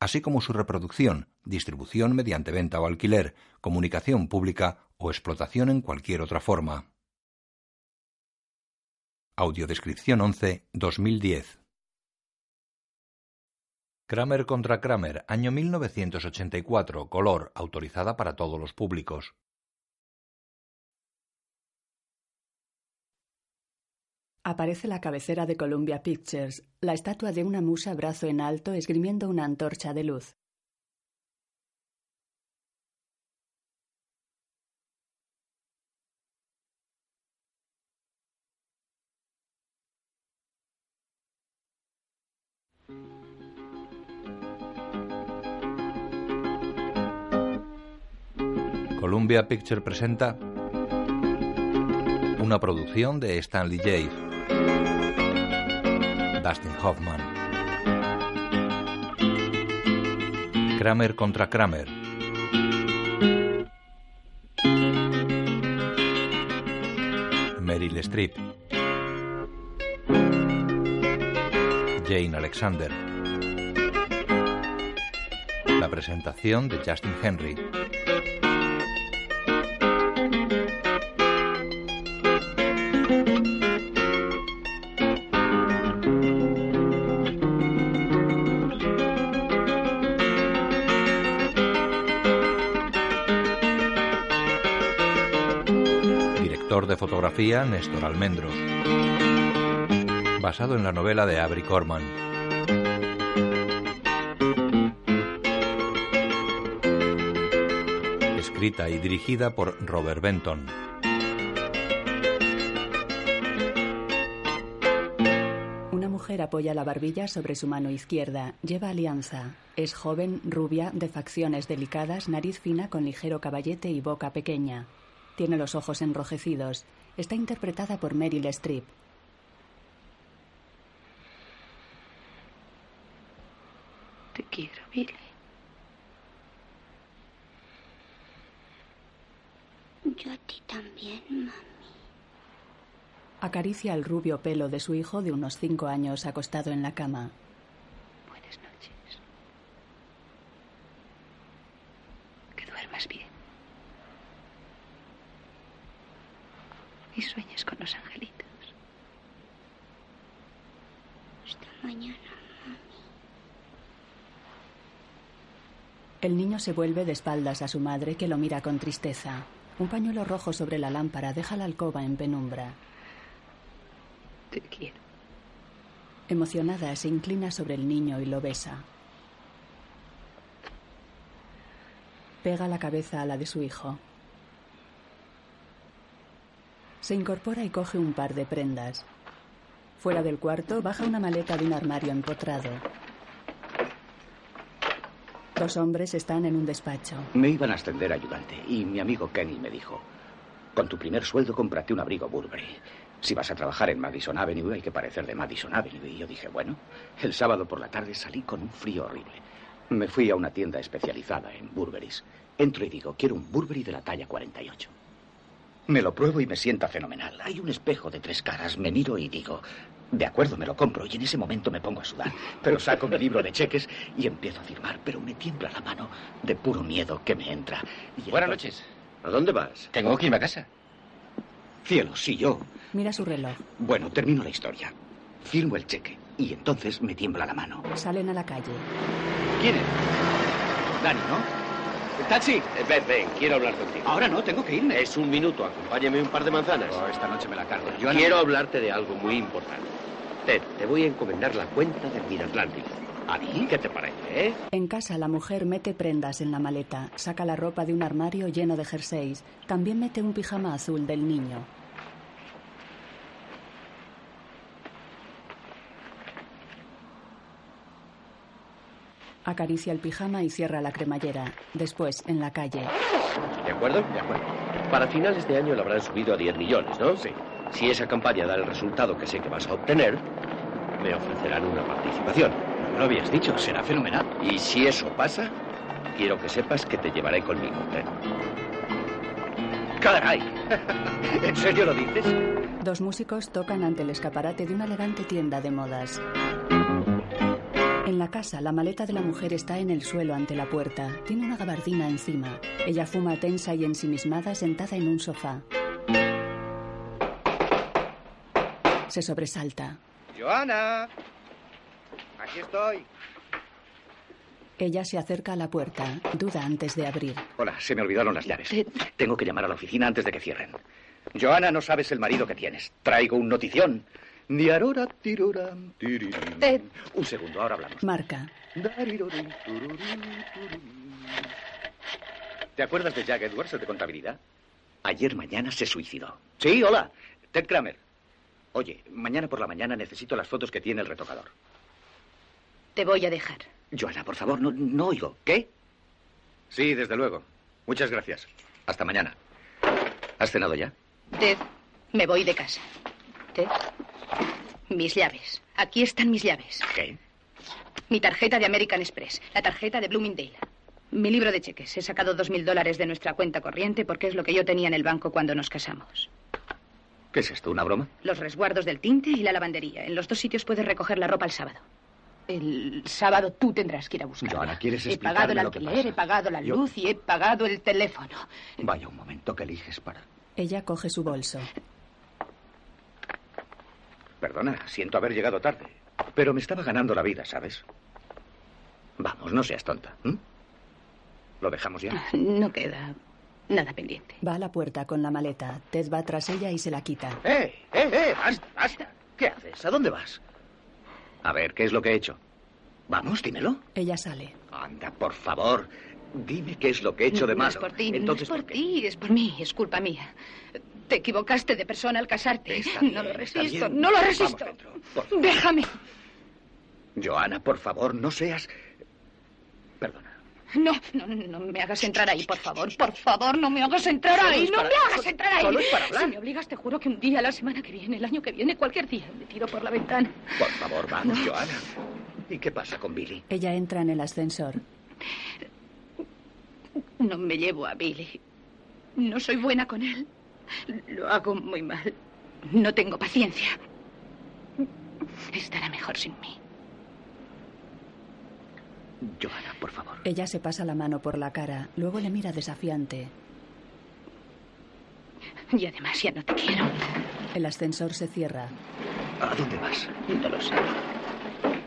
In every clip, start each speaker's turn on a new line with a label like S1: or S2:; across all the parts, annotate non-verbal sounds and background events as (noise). S1: así como su reproducción, distribución mediante venta o alquiler, comunicación pública o explotación en cualquier otra forma. Audiodescripción 11 2010 Kramer contra Kramer, año 1984, color, autorizada para todos los públicos.
S2: Aparece la cabecera de Columbia Pictures, la estatua de una musa brazo en alto esgrimiendo una antorcha de luz.
S1: Columbia Picture presenta una producción de Stanley Jace, Dustin Hoffman, Kramer contra Kramer. Meryl Streep. Jane Alexander. La presentación de Justin Henry. de fotografía Néstor Almendros. Basado en la novela de Avery Corman. Escrita y dirigida por Robert Benton.
S2: Una mujer apoya la barbilla sobre su mano izquierda, lleva alianza. Es joven, rubia, de facciones delicadas, nariz fina con ligero caballete y boca pequeña. Tiene los ojos enrojecidos. Está interpretada por Meryl Streep.
S3: Te quiero, Billy.
S4: Yo a ti también, mami.
S2: Acaricia el rubio pelo de su hijo de unos cinco años acostado en la cama.
S3: Buenas noches. Que duermas bien. y sueñes con los angelitos.
S4: Hasta mañana, mami.
S2: El niño se vuelve de espaldas a su madre que lo mira con tristeza. Un pañuelo rojo sobre la lámpara deja la alcoba en penumbra.
S3: Te quiero.
S2: Emocionada, se inclina sobre el niño y lo besa. Pega la cabeza a la de su hijo. Se incorpora y coge un par de prendas. Fuera del cuarto, baja una maleta de un armario empotrado. Dos hombres están en un despacho.
S5: Me iban a ascender ayudante y mi amigo Kenny me dijo, con tu primer sueldo cómprate un abrigo Burberry. Si vas a trabajar en Madison Avenue hay que parecer de Madison Avenue. Y yo dije, bueno, el sábado por la tarde salí con un frío horrible. Me fui a una tienda especializada en Burberrys. Entro y digo, quiero un Burberry de la talla 48. Me lo pruebo y me sienta fenomenal. Hay un espejo de tres caras. Me miro y digo, de acuerdo, me lo compro. Y en ese momento me pongo a sudar. Pero saco mi libro de cheques y empiezo a firmar. Pero me tiembla la mano de puro miedo que me entra. Y
S6: Buenas noches.
S5: ¿A dónde vas?
S6: Tengo que irme a casa.
S5: Cielo, sí, yo.
S2: Mira su reloj.
S5: Bueno, termino la historia. Firmo el cheque y entonces me tiembla la mano.
S2: Salen a la calle.
S5: ¿Quién es? Dani, ¿no? ¡Taxi!
S6: Eh, Ven, ven, quiero hablar contigo.
S5: Ahora no, tengo que irme.
S6: Es un minuto, acompáñame un par de manzanas.
S5: Oh, esta noche me la cargo.
S6: Yo quiero no... hablarte de algo muy importante. Ted, te voy a encomendar la cuenta del Mid Atlantic.
S5: ¿A mí?
S6: ¿Qué te parece, eh?
S2: En casa, la mujer mete prendas en la maleta, saca la ropa de un armario lleno de jerseys. También mete un pijama azul del niño. Acaricia el pijama y cierra la cremallera. Después, en la calle.
S7: ¿De acuerdo? De acuerdo. Para finales de año la habrán subido a 10 millones, ¿no? Sí. Si esa campaña da el resultado que sé que vas a obtener, me ofrecerán una participación.
S5: Lo habías dicho, será fenomenal.
S7: Y si eso pasa, quiero que sepas que te llevaré conmigo. ¿eh? ¡Caray! (laughs) ¿En serio lo dices?
S2: Dos músicos tocan ante el escaparate de una elegante tienda de modas. En la casa, la maleta de la mujer está en el suelo ante la puerta. Tiene una gabardina encima. Ella fuma tensa y ensimismada sentada en un sofá. Se sobresalta.
S8: Joana, aquí estoy.
S2: Ella se acerca a la puerta. Duda antes de abrir.
S5: Hola, se me olvidaron las llaves. Tengo que llamar a la oficina antes de que cierren. Joana, no sabes el marido que tienes. Traigo un notición. Ni arora, tiroram, tiririm.
S9: Ted.
S5: Un segundo, ahora hablamos.
S2: Marca.
S5: Darirorim, tururim, tururim. ¿Te acuerdas de Jack Edwards, el de contabilidad? Ayer mañana se suicidó. Sí, hola. Ted Kramer. Oye, mañana por la mañana necesito las fotos que tiene el retocador.
S9: Te voy a dejar.
S5: Joana, por favor, no, no oigo. ¿Qué? Sí, desde luego. Muchas gracias. Hasta mañana. ¿Has cenado ya?
S9: Ted, me voy de casa. Ted, mis llaves. Aquí están mis llaves.
S5: ¿Qué?
S9: Mi tarjeta de American Express, la tarjeta de Bloomingdale. Mi libro de cheques. He sacado dos mil dólares de nuestra cuenta corriente porque es lo que yo tenía en el banco cuando nos casamos.
S5: ¿Qué es esto, una broma?
S9: Los resguardos del tinte y la lavandería. En los dos sitios puedes recoger la ropa el sábado. El sábado tú tendrás que ir a buscarla.
S5: Joana, Ah, ¿quieres
S9: He pagado el
S5: explicarme lo que
S9: alquiler,
S5: pasa?
S9: he pagado la
S5: Yo-
S9: luz y he pagado el teléfono.
S5: Vaya un momento que eliges para...
S2: Ella coge su bolso.
S5: Perdona, siento haber llegado tarde. Pero me estaba ganando la vida, ¿sabes? Vamos, no seas tonta. ¿m? ¿Lo dejamos ya?
S9: No queda nada pendiente.
S2: Va a la puerta con la maleta. Ted va tras ella y se la quita.
S5: ¡Eh, eh, eh! ¡Basta, basta! ¿Qué haces? ¿A dónde vas? A ver, ¿qué es lo que he hecho? Vamos, dímelo.
S2: Ella sale.
S5: Anda, por favor. Dime qué es lo que he hecho de
S9: No es
S5: malo.
S9: por ti,
S5: Entonces,
S9: no es por
S5: qué?
S9: ti, es por mí, es culpa mía. Te equivocaste de persona al casarte. no
S5: Está bien,
S9: lo
S5: está
S9: resisto,
S5: bien.
S9: no lo
S5: Vamos
S9: resisto.
S5: dentro, por favor.
S9: Déjame.
S5: Joana, por favor, no seas... Perdona.
S9: No, no, no me hagas entrar ahí, por favor. Por favor, no me hagas entrar
S5: Solo
S9: ahí.
S5: es
S9: No
S5: para-
S9: me hagas entrar ahí.
S5: solo es para hablar.
S9: Si me obligas, te juro que un día, la semana que viene, el año que viene, cualquier día, me tiro por la ventana.
S5: Por favor, vamos, Joana. ¿Y qué pasa con Billy?
S2: Ella entra en el ascensor.
S9: No me llevo a Billy. No soy buena con él. Lo hago muy mal. No tengo paciencia. Estará mejor sin mí.
S5: Joana, por favor.
S2: Ella se pasa la mano por la cara. Luego le mira desafiante.
S9: Y además ya no te quiero.
S2: El ascensor se cierra.
S5: ¿A dónde vas?
S9: No lo sé.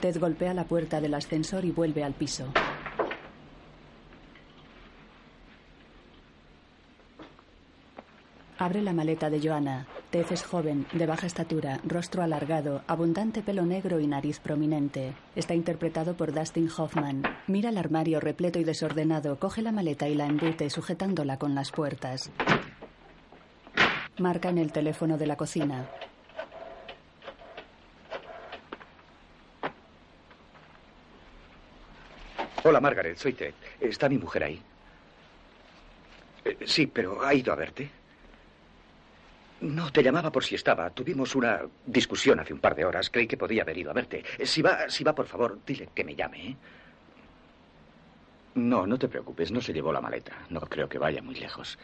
S2: Ted golpea la puerta del ascensor y vuelve al piso. Abre la maleta de Joana. Ted es joven, de baja estatura, rostro alargado, abundante pelo negro y nariz prominente. Está interpretado por Dustin Hoffman. Mira el armario repleto y desordenado, coge la maleta y la embute sujetándola con las puertas. Marca en el teléfono de la cocina.
S5: Hola, Margaret, soy Ted. ¿Está mi mujer ahí? Eh, Sí, pero ha ido a verte. No, te llamaba por si estaba. Tuvimos una discusión hace un par de horas. Creí que podía haber ido a verte. Eh, Si va, si va, por favor, dile que me llame. ¿eh? No, no te preocupes. No se llevó la maleta. No creo que vaya muy lejos.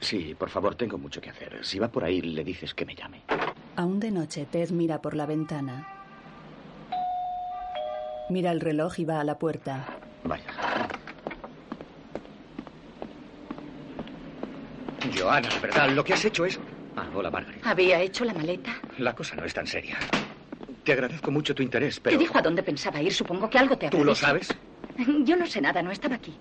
S5: Sí, por favor, tengo mucho que hacer. Si va por ahí, le dices que me llame.
S2: Aún de noche, Ted mira por la ventana. Mira el reloj y va a la puerta.
S5: Vaya. Joana, de verdad, lo que has hecho es... Ah, hola, Margaret.
S9: ¿Había hecho la maleta?
S5: La cosa no es tan seria. Te agradezco mucho tu interés, pero...
S9: Te dijo a dónde pensaba ir. Supongo que algo te habrá
S5: ¿Tú lo
S9: dicho.
S5: sabes?
S9: Yo no sé nada, no estaba aquí.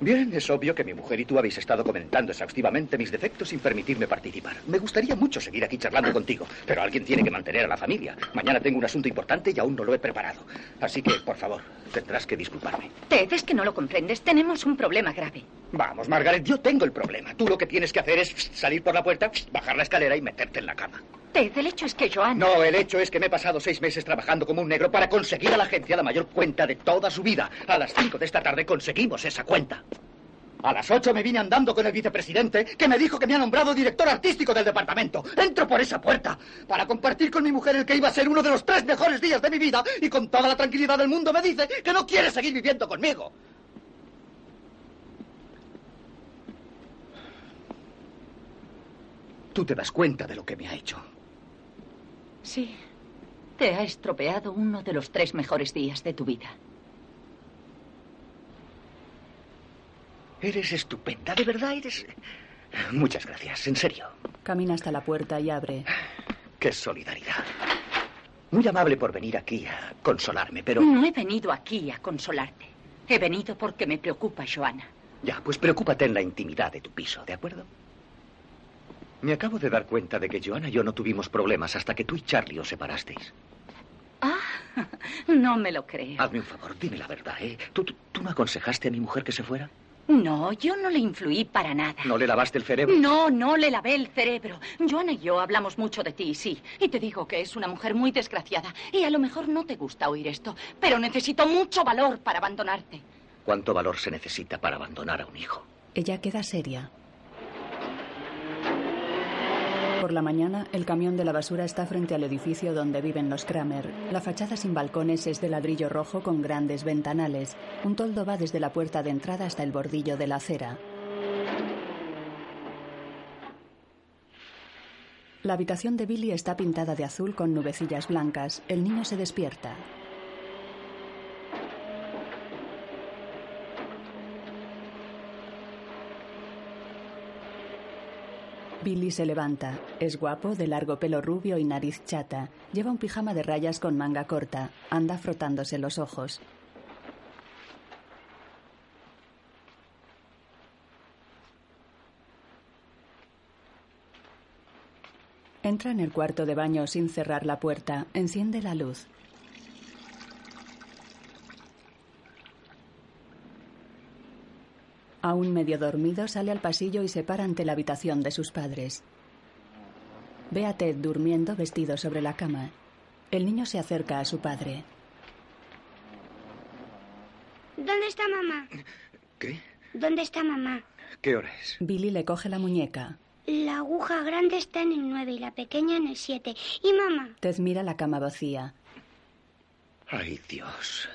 S5: Bien, es obvio que mi mujer y tú habéis estado comentando exhaustivamente mis defectos sin permitirme participar. Me gustaría mucho seguir aquí charlando contigo, pero alguien tiene que mantener a la familia. Mañana tengo un asunto importante y aún no lo he preparado. Así que, por favor, tendrás que disculparme.
S3: Ted, es que no lo comprendes. Tenemos un problema grave.
S5: Vamos, Margaret, yo tengo el problema. Tú lo que tienes que hacer es salir por la puerta, bajar la escalera y meterte en la cama.
S3: Ted, el hecho es que Joan...
S5: No, el hecho es que me he pasado seis meses trabajando como un negro para conseguir a la agencia la mayor cuenta de toda su vida. A las cinco de esta tarde conseguimos esa cuenta. A las ocho me vine andando con el vicepresidente que me dijo que me ha nombrado director artístico del departamento. Entro por esa puerta para compartir con mi mujer el que iba a ser uno de los tres mejores días de mi vida y con toda la tranquilidad del mundo me dice que no quiere seguir viviendo conmigo. Tú te das cuenta de lo que me ha hecho.
S3: Sí. Te ha estropeado uno de los tres mejores días de tu vida.
S5: Eres estupenda, de verdad eres. Muchas gracias, en serio.
S2: Camina hasta la puerta y abre.
S5: Qué solidaridad. Muy amable por venir aquí a consolarme, pero.
S3: No he venido aquí a consolarte. He venido porque me preocupa, Joana.
S5: Ya, pues preocúpate en la intimidad de tu piso, ¿de acuerdo? Me acabo de dar cuenta de que Joana y yo no tuvimos problemas hasta que tú y Charlie os separasteis.
S3: Ah, (laughs) no me lo creo.
S5: Hazme un favor, dime la verdad, ¿eh? ¿Tú, tú, tú no aconsejaste a mi mujer que se fuera?
S3: No, yo no le influí para nada.
S5: ¿No le lavaste el cerebro?
S3: No, no le lavé el cerebro. Joana y yo hablamos mucho de ti, sí. Y te digo que es una mujer muy desgraciada. Y a lo mejor no te gusta oír esto, pero necesito mucho valor para abandonarte.
S5: ¿Cuánto valor se necesita para abandonar a un hijo?
S2: Ella queda seria. Por la mañana, el camión de la basura está frente al edificio donde viven los Kramer. La fachada sin balcones es de ladrillo rojo con grandes ventanales. Un toldo va desde la puerta de entrada hasta el bordillo de la acera. La habitación de Billy está pintada de azul con nubecillas blancas. El niño se despierta. Billy se levanta. Es guapo, de largo pelo rubio y nariz chata. Lleva un pijama de rayas con manga corta. Anda frotándose los ojos. Entra en el cuarto de baño sin cerrar la puerta. Enciende la luz. Aún medio dormido, sale al pasillo y se para ante la habitación de sus padres. Ve a Ted durmiendo vestido sobre la cama. El niño se acerca a su padre.
S4: ¿Dónde está mamá?
S5: ¿Qué?
S4: ¿Dónde está mamá?
S5: ¿Qué hora es?
S2: Billy le coge la muñeca.
S4: La aguja grande está en el 9 y la pequeña en el 7. ¿Y mamá?
S2: Ted mira la cama vacía.
S5: Ay, Dios.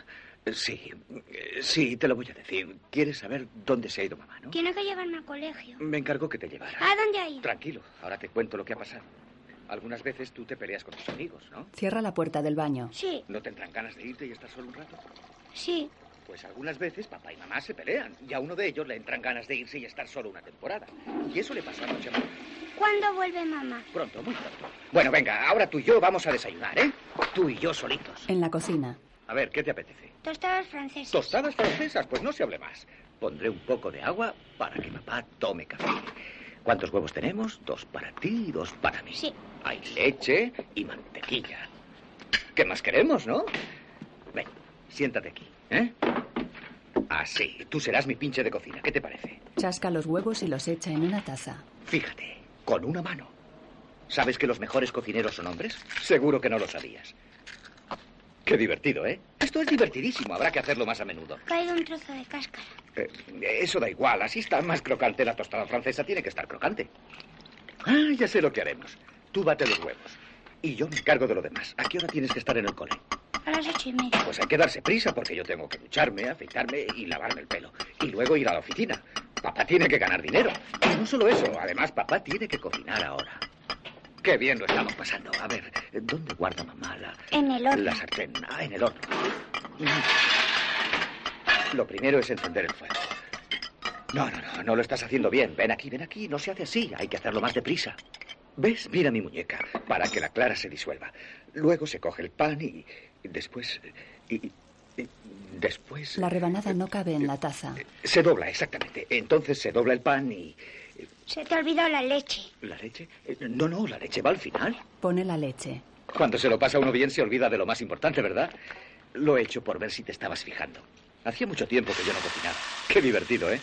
S5: Sí, eh, sí, te lo voy a decir. Quieres saber dónde se ha ido mamá, ¿no?
S4: Tiene que llevarme al colegio.
S5: Me encargó que te llevara.
S4: ¿A dónde ha ido?
S5: Tranquilo, ahora te cuento lo que ha pasado. Algunas veces tú te peleas con tus amigos, ¿no?
S2: Cierra la puerta del baño.
S4: Sí,
S5: ¿No tendrán ganas de irte y estar solo un rato?
S4: sí.
S5: Pues algunas veces papá y mamá se pelean y a uno de ellos le entran ganas de irse y estar solo una temporada. Y eso le pasó anoche a mamá.
S4: ¿Cuándo vuelve mamá?
S5: Pronto, muy pronto. Bueno, venga, ahora tú y yo vamos a desayunar, ¿eh? Tú y yo solitos.
S2: En la cocina.
S5: A ver, ¿qué te apetece?
S4: Tostadas francesas.
S5: Tostadas francesas, pues no se hable más. Pondré un poco de agua para que papá tome café. ¿Cuántos huevos tenemos? Dos para ti y dos para mí.
S4: Sí.
S5: Hay leche y mantequilla. ¿Qué más queremos, no? Ven, siéntate aquí, ¿eh? Así, tú serás mi pinche de cocina. ¿Qué te parece?
S2: Chasca los huevos y los echa en una taza.
S5: Fíjate, con una mano. ¿Sabes que los mejores cocineros son hombres? Seguro que no lo sabías. Qué divertido, ¿eh? Esto es divertidísimo. Habrá que hacerlo más a menudo.
S4: Caído un trozo de cáscara.
S5: Eh, eso da igual, así está más crocante la tostada francesa, tiene que estar crocante. Ah, ya sé lo que haremos. Tú bate los huevos. Y yo me encargo de lo demás. ¿A qué hora tienes que estar en el cole?
S4: A las ocho y media.
S5: Pues hay que darse prisa porque yo tengo que ducharme, afeitarme y lavarme el pelo. Y luego ir a la oficina. Papá tiene que ganar dinero. Y no solo eso, además papá tiene que cocinar ahora. Qué bien lo estamos pasando. A ver, ¿dónde guarda mamá la,
S4: En el horno.
S5: la sartén, ah, en el horno. Mm. Lo primero es encender el fuego. No, no, no, no lo estás haciendo bien. Ven aquí, ven aquí. No se hace así. Hay que hacerlo más deprisa. ¿Ves? Mira mi muñeca, para que la clara se disuelva. Luego se coge el pan y y después... Y, Después.
S2: La rebanada no cabe en la taza.
S5: Se dobla, exactamente. Entonces se dobla el pan y.
S4: Se te olvidó la leche.
S5: ¿La leche? Eh, No, no, la leche va al final.
S2: Pone la leche.
S5: Cuando se lo pasa uno bien se olvida de lo más importante, ¿verdad? Lo he hecho por ver si te estabas fijando. Hacía mucho tiempo que yo no cocinaba. Qué divertido, ¿eh?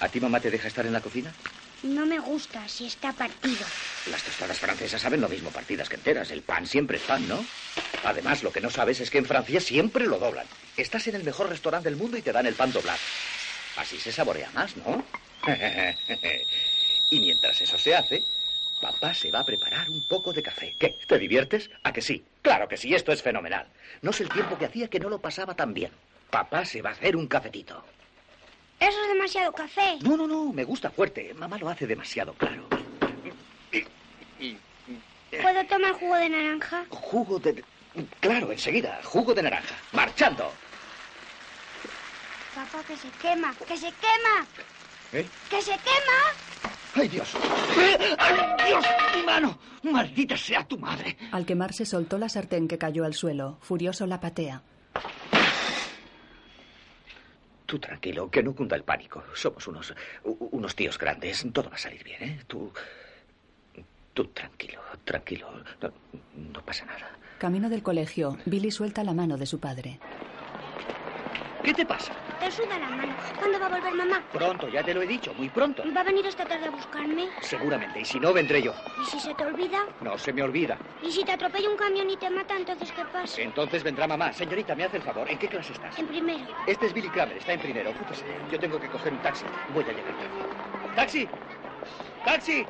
S5: ¿A ti mamá te deja estar en la cocina?
S4: No me gusta si está partido.
S5: Las tostadas francesas saben lo mismo partidas que enteras. El pan siempre es pan, ¿no? Además, lo que no sabes es que en Francia siempre lo doblan. Estás en el mejor restaurante del mundo y te dan el pan doblado. Así se saborea más, ¿no? (laughs) y mientras eso se hace, papá se va a preparar un poco de café. ¿Qué? ¿Te diviertes? ¿A que sí? Claro que sí, esto es fenomenal. No sé el tiempo que hacía que no lo pasaba tan bien. Papá se va a hacer un cafetito.
S4: Eso es demasiado café.
S5: No, no, no, me gusta fuerte. Mamá lo hace demasiado claro.
S4: ¿Puedo tomar jugo de naranja?
S5: Jugo de... Claro, enseguida. Jugo de naranja. Marchando.
S4: Papá, que se quema, que se quema,
S5: ¿Eh?
S4: que se quema.
S5: ¡Ay, Dios! ¡Eh! ¡Ay, Dios! ¡Mi mano! ¡Maldita sea tu madre!
S2: Al quemarse soltó la sartén que cayó al suelo. Furioso la patea.
S5: Tú tranquilo, que no cunda el pánico. Somos unos... u- unos tíos grandes. Todo va a salir bien, ¿eh? Tú... Tú tranquilo, tranquilo. No, no pasa nada.
S2: Camino del colegio, Billy suelta la mano de su padre.
S5: ¿Qué te pasa?
S4: Te suda la mano. ¿Cuándo va a volver mamá?
S5: Pronto, ya te lo he dicho, muy pronto.
S4: ¿Va a venir esta tarde a buscarme?
S5: Seguramente, y si no, vendré yo.
S4: ¿Y si se te olvida?
S5: No, se me olvida.
S4: ¿Y si te atropella un camión y te mata, entonces qué pasa?
S5: Entonces vendrá mamá. Señorita, me hace el favor. ¿En qué clase estás?
S4: En primero.
S5: Este es Billy Kramer, está en primero. Ocúpese. Yo tengo que coger un taxi. Voy a llegar tarde. ¡Taxi! ¡Taxi!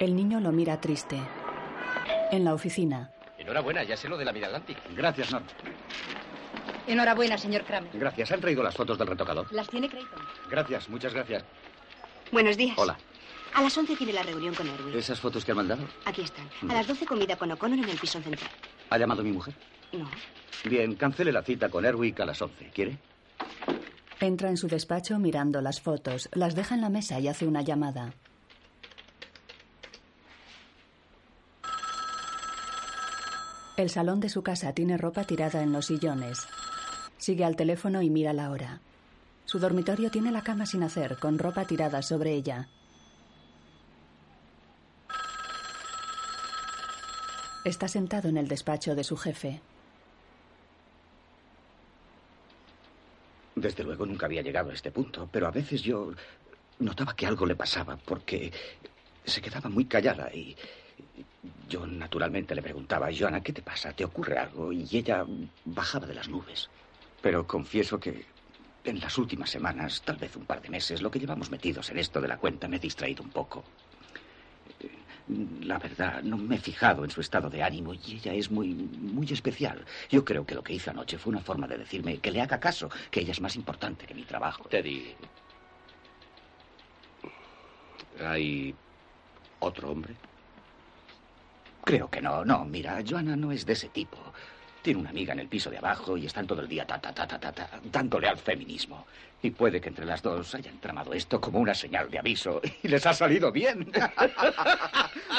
S2: El niño lo mira triste. En la oficina,
S6: Enhorabuena, ya sé lo de la Mid-Atlantic.
S5: Gracias, Norm.
S3: Enhorabuena, señor Kramer.
S5: Gracias. ¿Han traído las fotos del retocador?
S3: Las tiene Creighton.
S5: Gracias, muchas gracias.
S9: Buenos días.
S5: Hola.
S9: A las 11 tiene la reunión con Erwin.
S5: ¿Esas fotos que han mandado?
S9: Aquí están. A las 12 comida con O'Connor en el piso central.
S5: ¿Ha llamado mi mujer?
S9: No.
S5: Bien, cancele la cita con Erwick a las 11. ¿Quiere?
S2: entra en su despacho mirando las fotos, las deja en la mesa y hace una llamada. El salón de su casa tiene ropa tirada en los sillones. Sigue al teléfono y mira la hora. Su dormitorio tiene la cama sin hacer, con ropa tirada sobre ella. Está sentado en el despacho de su jefe.
S5: Desde luego nunca había llegado a este punto, pero a veces yo notaba que algo le pasaba porque se quedaba muy callada y yo naturalmente le preguntaba, Joana, ¿qué te pasa? ¿Te ocurre algo? Y ella bajaba de las nubes. Pero confieso que en las últimas semanas, tal vez un par de meses, lo que llevamos metidos en esto de la cuenta me he distraído un poco. La verdad, no me he fijado en su estado de ánimo y ella es muy, muy especial. Yo creo que lo que hizo anoche fue una forma de decirme que le haga caso, que ella es más importante que mi trabajo.
S6: Teddy. ¿Hay otro hombre?
S5: Creo que no, no, mira, Joana no es de ese tipo. Tiene una amiga en el piso de abajo y están todo el día ta ta ta ta ta, ta, dándole al feminismo. Y puede que entre las dos hayan tramado esto como una señal de aviso y les ha salido bien.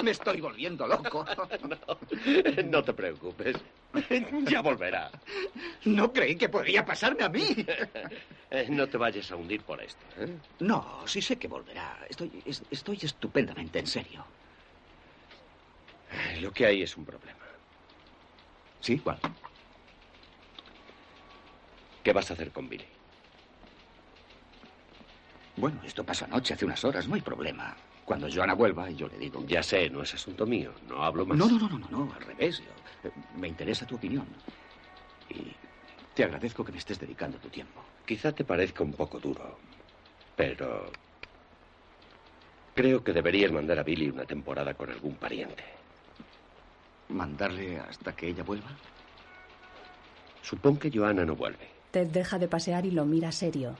S5: me estoy volviendo loco.
S6: (laughs) No te preocupes. Ya volverá.
S5: No creí que podría pasarme a mí.
S6: Eh, No te vayas a hundir por esto. ¿eh?
S5: No, sí sé que volverá. Estoy, es- estoy estupendamente en serio.
S6: Ay, Lo que hay es un problema.
S5: ¿Sí? ¿Cuál?
S6: ¿Qué vas a hacer con Billy?
S5: Bueno, esto pasó anoche, hace unas horas, no hay problema. Cuando Joana vuelva, yo le digo...
S6: Ya sé, no es asunto mío. No hablo más.
S5: No, no, no, no, no, no, al revés. yo- eh, me interesa tu opinión. Y te agradezco que me estés dedicando tu tiempo.
S6: Quizá te parezca un poco duro, pero creo que deberías mandar a Billy una temporada con algún pariente.
S5: ¿Mandarle hasta que ella vuelva?
S6: Supón que Joana no vuelve.
S2: Ted deja de pasear y lo mira serio.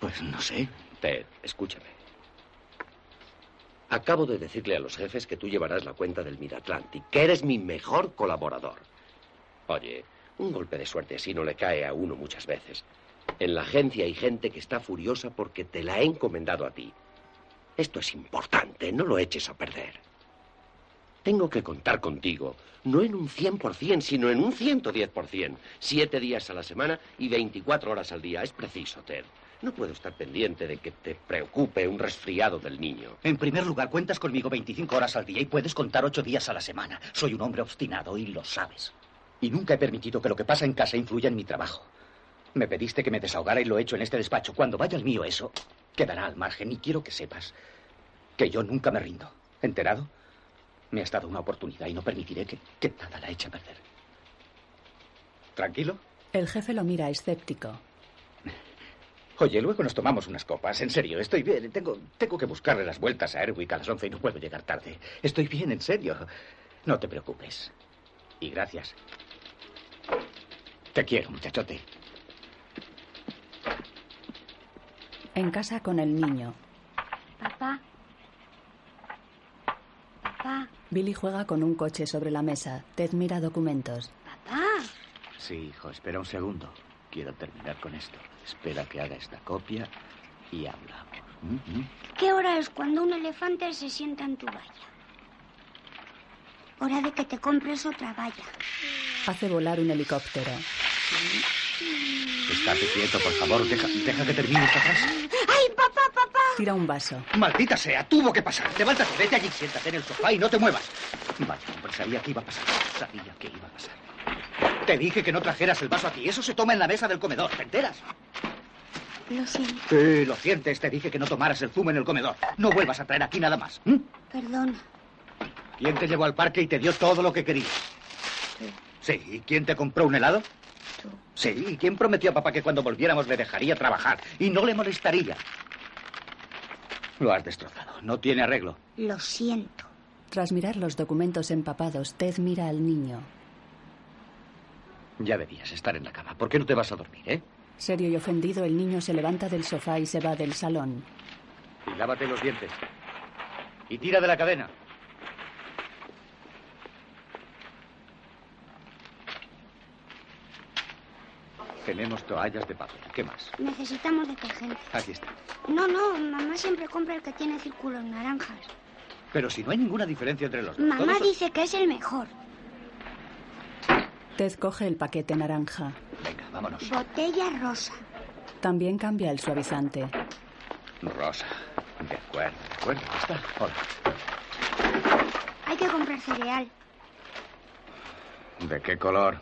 S5: Pues no sé.
S6: Ted, escúchame. Acabo de decirle a los jefes que tú llevarás la cuenta del Mid-Atlantic, que eres mi mejor colaborador. Oye, un golpe de suerte así no le cae a uno muchas veces. En la agencia hay gente que está furiosa porque te la he encomendado a ti. Esto es importante, no lo eches a perder. Tengo que contar contigo, no en un 100%, sino en un 110%. Siete días a la semana y 24 horas al día. Es preciso, Ted. No puedo estar pendiente de que te preocupe un resfriado del niño.
S5: En primer lugar, cuentas conmigo 25 horas al día y puedes contar 8 días a la semana. Soy un hombre obstinado y lo sabes. Y nunca he permitido que lo que pasa en casa influya en mi trabajo. Me pediste que me desahogara y lo he hecho en este despacho. Cuando vaya el mío eso, quedará al margen y quiero que sepas que yo nunca me rindo. ¿Enterado? Me has dado una oportunidad y no permitiré que, que nada la eche a perder. ¿Tranquilo?
S2: El jefe lo mira escéptico.
S5: Oye, luego nos tomamos unas copas. En serio, estoy bien. Tengo, tengo que buscarle las vueltas a Erwick a las 11 y no puedo llegar tarde. Estoy bien, en serio. No te preocupes. Y gracias. Te quiero, muchachote.
S2: En casa con el niño.
S4: Papá. Papá,
S2: Billy juega con un coche sobre la mesa. Ted mira documentos.
S4: papá.
S5: Sí, hijo, espera un segundo. Quiero terminar con esto. Espera que haga esta copia y hablamos. Mm, mm.
S4: ¿Qué hora es cuando un elefante se sienta en tu valla? Hora de que te compres otra valla.
S2: Hace volar un helicóptero.
S5: Estate quieto, por favor. Deja, deja que termine esta frase.
S4: ¡Ay, papá, papá!
S2: Tira un vaso.
S5: Maldita sea, tuvo que pasar. Levántate, vete allí, siéntate en el sofá y no te muevas. Vaya, hombre, sabía que iba a pasar. Sabía que iba a pasar. Te dije que no trajeras el vaso aquí. Eso se toma en la mesa del comedor. ¿Te enteras?
S4: Lo siento,
S5: Sí, lo sientes. Te dije que no tomaras el zumo en el comedor. No vuelvas a traer aquí nada más. ¿m?
S4: perdón.
S5: ¿Quién te llevó al parque y te dio todo lo que querías? Sí. ¿Y quién te compró un helado?
S4: Tú.
S5: Sí. ¿Y quién prometió a papá que cuando volviéramos le dejaría trabajar y no le molestaría? Lo has destrozado. No tiene arreglo.
S4: Lo siento.
S2: Tras mirar los documentos empapados, Ted mira al niño.
S5: Ya debías estar en la cama. ¿Por qué no te vas a dormir, eh?
S2: Serio y ofendido, el niño se levanta del sofá y se va del salón.
S5: Y lávate los dientes. Y tira de la cadena. Tenemos toallas de papel. ¿Qué más?
S4: Necesitamos detergente.
S5: Aquí está.
S4: No, no, mamá siempre compra el que tiene círculos naranjas.
S5: Pero si no hay ninguna diferencia entre los dos.
S4: Mamá
S5: todos-
S4: dice que es el mejor.
S2: Ted coge el paquete naranja.
S5: Venga, vámonos.
S4: Botella rosa.
S2: También cambia el suavizante.
S5: Rosa. De acuerdo, de acuerdo. Ya está. Hola.
S4: Hay que comprar cereal.
S5: ¿De qué color?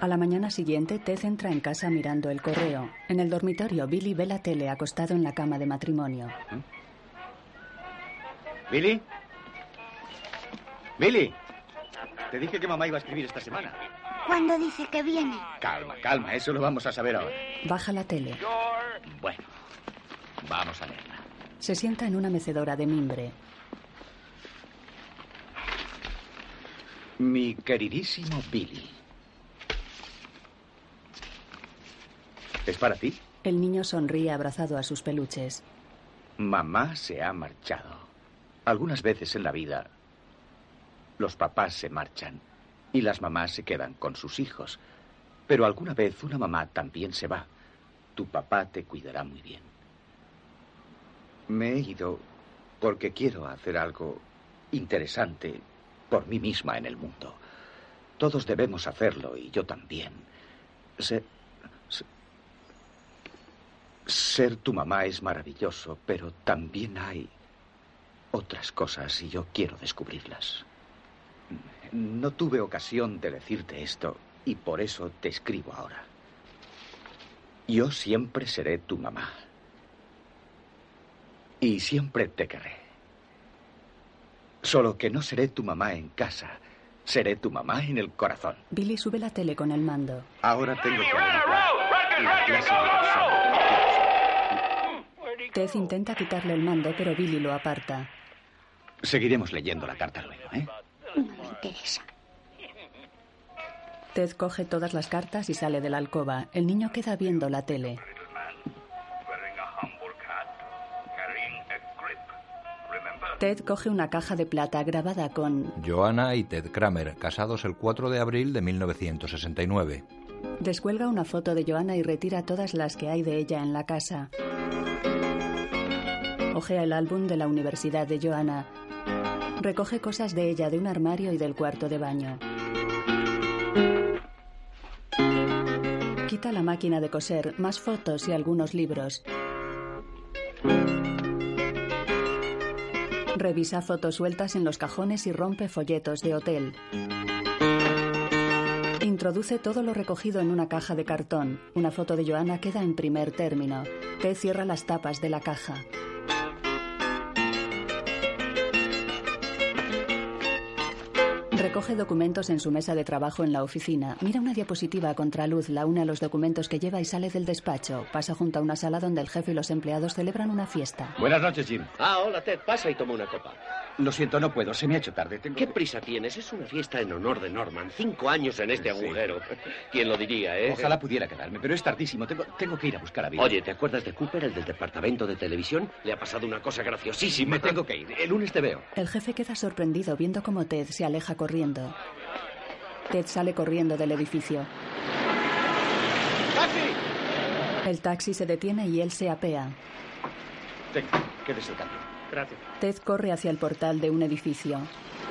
S2: A la mañana siguiente, Ted entra en casa mirando el correo. En el dormitorio, Billy ve la tele acostado en la cama de matrimonio.
S5: ¿Billy? ¿Billy? Te dije que mamá iba a escribir esta semana.
S4: ¿Cuándo dice que viene?
S5: Calma, calma. Eso lo vamos a saber ahora.
S2: Baja la tele.
S5: Bueno, vamos a leerla.
S2: Se sienta en una mecedora de mimbre.
S5: Mi queridísimo Billy. ¿Es para ti?
S2: El niño sonríe abrazado a sus peluches.
S5: Mamá se ha marchado. Algunas veces en la vida los papás se marchan y las mamás se quedan con sus hijos. Pero alguna vez una mamá también se va. Tu papá te cuidará muy bien. Me he ido porque quiero hacer algo interesante por mí misma en el mundo. Todos debemos hacerlo y yo también. Ser, se- ser tu mamá es maravilloso, pero también hay otras cosas y yo quiero descubrirlas. No tuve ocasión de decirte esto y por eso te escribo ahora. Yo siempre seré tu mamá. Y siempre te querré. Solo que no seré tu mamá en casa, seré tu mamá en el corazón.
S2: Billy sube la tele con el mando.
S5: Ahora tengo que averiguar la clase de persona que quiero ser.
S2: Ted intenta quitarle el mando, pero Billy lo aparta.
S5: Seguiremos leyendo la carta luego, ¿eh?
S4: No me interesa.
S2: Ted coge todas las cartas y sale de la alcoba. El niño queda viendo la tele. Ted coge una caja de plata grabada con...
S1: Joanna y Ted Kramer, casados el 4 de abril de 1969.
S2: Descuelga una foto de Joanna y retira todas las que hay de ella en la casa. Ojea el álbum de la Universidad de Joanna. Recoge cosas de ella de un armario y del cuarto de baño. Quita la máquina de coser, más fotos y algunos libros. Revisa fotos sueltas en los cajones y rompe folletos de hotel. Introduce todo lo recogido en una caja de cartón. Una foto de Joana queda en primer término. T cierra las tapas de la caja. Recoge documentos en su mesa de trabajo en la oficina. Mira una diapositiva a contraluz, la une a los documentos que lleva y sale del despacho. Pasa junto a una sala donde el jefe y los empleados celebran una fiesta.
S5: Buenas noches, Jim.
S6: Ah, hola, Ted. Pasa y toma una copa.
S5: Lo siento, no puedo. Se me ha hecho tarde. Tengo
S6: ¿Qué
S5: que-
S6: prisa tienes? Es una fiesta en honor de Norman. Cinco años en este
S5: Sí.
S6: agujero. ¿Quién lo diría, eh?
S5: Ojalá pudiera quedarme, pero es tardísimo. Tengo, tengo que ir a buscar a Bill.
S6: Oye, ¿te acuerdas de Cooper, el del departamento de televisión? Le ha pasado una cosa graciosísima.
S5: me tengo que ir. El lunes te veo.
S2: El jefe queda sorprendido viendo cómo Ted se aleja corriendo. Ted sale corriendo del edificio. El taxi se detiene y él se apea.
S5: Ten, quédese el cambio.
S10: Gracias.
S2: Ted corre hacia el portal de un edificio.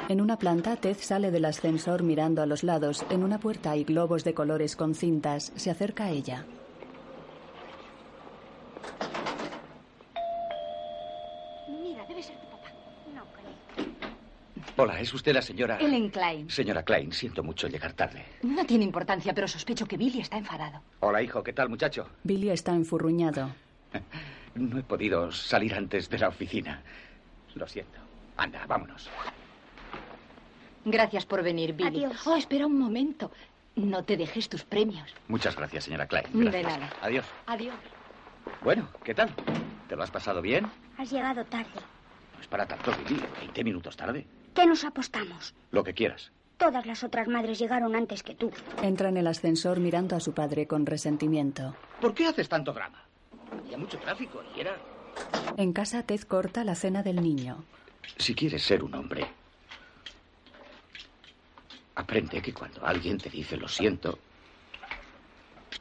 S2: En una planta, Ted sale del ascensor mirando a los lados. En una puerta hay globos de colores con cintas. Se acerca a ella.
S4: Mira, debe ser tu papá. No creo.
S5: Hola, ¿es usted la señora...?
S3: Ellen Klein.
S5: Señora Klein, siento mucho llegar tarde.
S3: No tiene importancia, pero sospecho que Billy está enfadado.
S5: Hola, hijo. ¿Qué tal, muchacho?
S2: Billy está enfurruñado.
S5: No he podido salir antes de la oficina. Lo siento. Anda, vámonos.
S3: Gracias por venir, Billy.
S4: Adiós.
S3: Oh, espera un momento. No te dejes tus premios.
S5: Muchas gracias, señora Klein.
S3: De
S5: Gracias.
S3: nada.
S5: Adiós.
S3: Adiós.
S5: Bueno, ¿qué tal? ¿Te lo has pasado bien?
S4: Has llegado tarde.
S5: No es para tanto, Billy. 20 minutos tarde.
S4: ¿Qué nos apostamos?
S5: Lo que quieras.
S4: Todas las otras madres llegaron antes que tú.
S2: Entra en el ascensor mirando a su padre con resentimiento.
S5: ¿Por qué haces tanto drama? Había mucho tráfico y era...
S2: En casa, Ted corta la cena del niño.
S5: Si quieres ser un hombre, aprende que cuando alguien te dice lo siento,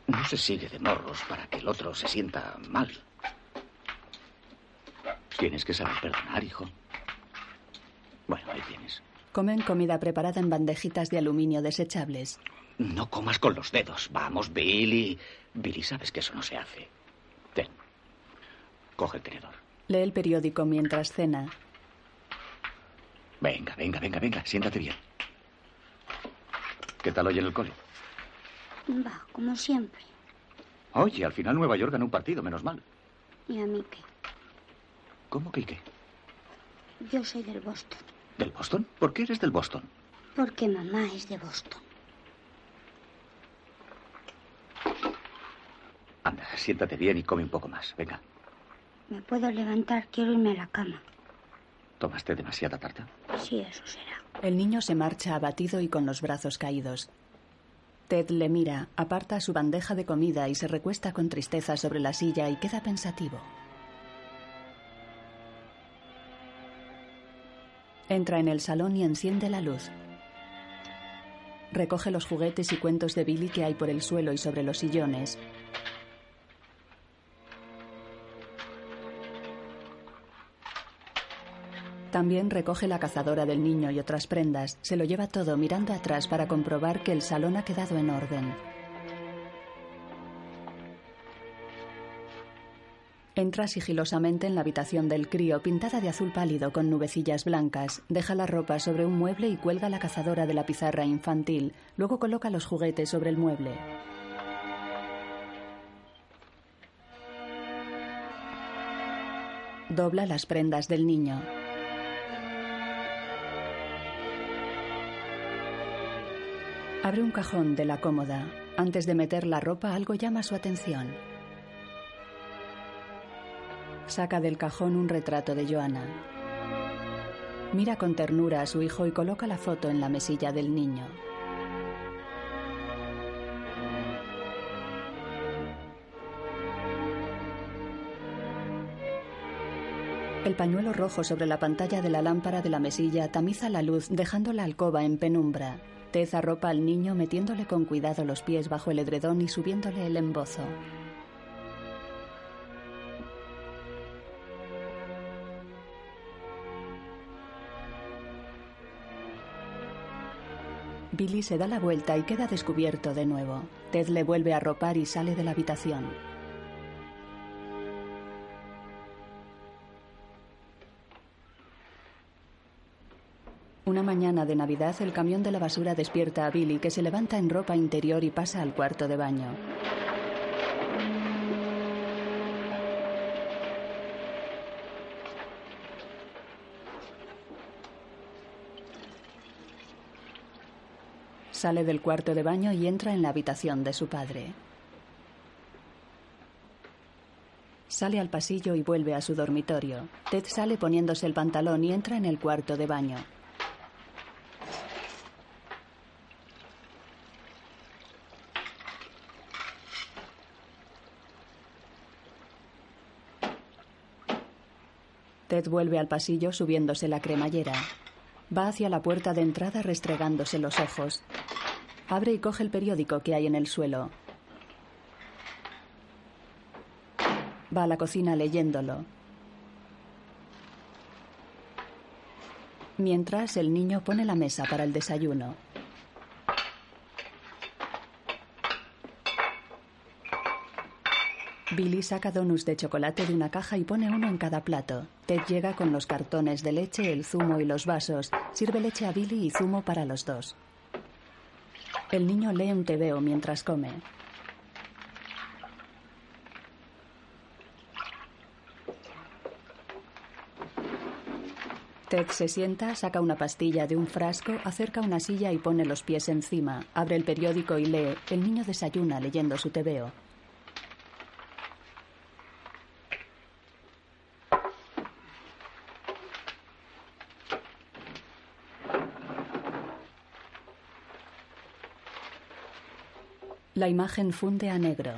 S5: no se sigue de morros para que el otro se sienta mal. Tienes que saber perdonar, hijo. Bueno, ahí tienes.
S2: Comen comida preparada en bandejitas de aluminio desechables.
S5: No comas con los dedos. Vamos, Billy. Billy, sabes que eso no se hace. Ten. Coge el tenedor.
S2: Lee el periódico mientras cena.
S5: Venga, venga, venga, venga. Siéntate bien. ¿Qué tal hoy en el cole?
S4: Va, como siempre.
S5: Oye, al final Nueva York ganó un partido, menos mal.
S4: ¿Y a mí qué?
S5: ¿Cómo que y qué?
S4: Yo soy del Boston.
S5: ¿Del Boston? ¿Por qué eres del Boston?
S4: Porque mamá es de Boston.
S5: Anda, siéntate bien y come un poco más. Venga,
S4: Me puedo levantar, quiero irme a la cama.
S5: ¿tomaste demasiada tarta?
S4: Sí, eso será.
S2: El niño se marcha abatido y con los brazos caídos. Ted le mira, aparta su bandeja de comida y se recuesta con tristeza sobre la silla y queda pensativo. Entra en el salón y enciende la luz. Recoge los juguetes y cuentos de Billy que hay por el suelo y sobre los sillones. También recoge la cazadora del niño y otras prendas. Se lo lleva todo mirando atrás para comprobar que el salón ha quedado en orden. Entra sigilosamente en la habitación del crío, pintada de azul pálido con nubecillas blancas. Deja la ropa sobre un mueble y cuelga la cazadora de la pizarra infantil. Luego coloca los juguetes sobre el mueble. Dobla las prendas del niño. Abre un cajón de la cómoda. Antes de meter la ropa, algo llama su atención. Saca del cajón un retrato de Joana. Mira con ternura a su hijo y coloca la foto en la mesilla del niño. El pañuelo rojo sobre la pantalla de la lámpara de la mesilla tamiza la luz, dejando la alcoba en penumbra. Tez arropa al niño metiéndole con cuidado los pies bajo el edredón y subiéndole el embozo. Billy se da la vuelta y queda descubierto de nuevo. Ted le vuelve a ropar y sale de la habitación. Una mañana de Navidad, el camión de la basura despierta a Billy, que se levanta en ropa interior y pasa al cuarto de baño. Sale del cuarto de baño y entra en la habitación de su padre. Sale al pasillo y vuelve a su dormitorio. Ted sale poniéndose el pantalón y entra en el cuarto de baño. Ted vuelve al pasillo subiéndose la cremallera. Va hacia la puerta de entrada restregándose los ojos. Abre y coge el periódico que hay en el suelo. Va a la cocina leyéndolo. Mientras el niño pone la mesa para el desayuno. Billy saca donuts de chocolate de una caja y pone uno en cada plato. Ted llega con los cartones de leche, el zumo y los vasos. Sirve leche a Billy y zumo para los dos. El niño lee un tebeo mientras come. Ted se sienta, saca una pastilla de un frasco, acerca una silla y pone los pies encima. Abre el periódico y lee. El niño desayuna leyendo su tebeo. La imagen funde a negro.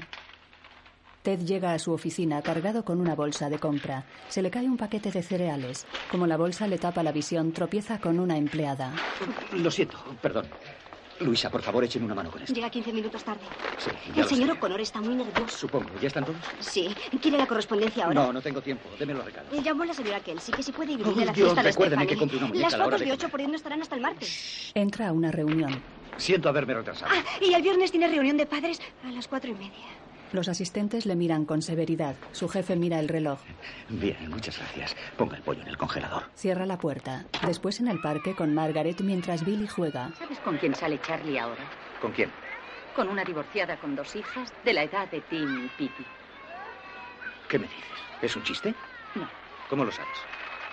S2: Ted llega a su oficina cargado con una bolsa de compra. Se le cae un paquete de cereales. Como la bolsa le tapa la visión, tropieza con una empleada.
S5: Lo siento, perdón. Luisa, por favor, echen una mano con esto.
S9: Llega 15 minutos tarde.
S5: Sí, ya
S9: El
S5: lo
S9: señor
S5: sé.
S9: O'Connor está muy nervioso.
S5: Supongo, ¿ya están todos?
S9: Sí, quiere la correspondencia ahora.
S5: No, no tengo tiempo. Deme los recados.
S9: Le llamó la señora Kelsey que si puede ir a
S5: Oh,
S9: la
S5: Dios,
S9: fiesta de
S5: recuérdame que
S9: Stephanie.
S5: compre una muñeca
S9: Las
S5: a la hora
S9: fotos
S5: de
S9: de 8
S5: comer.
S9: por 10 no estarán hasta el martes.
S2: Entra a una reunión.
S5: Siento haberme retrasado.
S9: Ah, y el viernes tiene reunión de padres a las cuatro y media.
S2: Los asistentes le miran con severidad. Su jefe mira el reloj.
S5: Bien, muchas gracias. Ponga el pollo en el congelador.
S2: Cierra la puerta. Después en el parque con Margaret mientras Billy juega.
S3: ¿Sabes con quién sale Charlie ahora?
S5: ¿Con quién?
S3: Con una divorciada con dos hijas de la edad de Tim y Pippi.
S5: ¿Qué me dices? ¿Es un chiste?
S3: No.
S5: ¿Cómo lo sabes?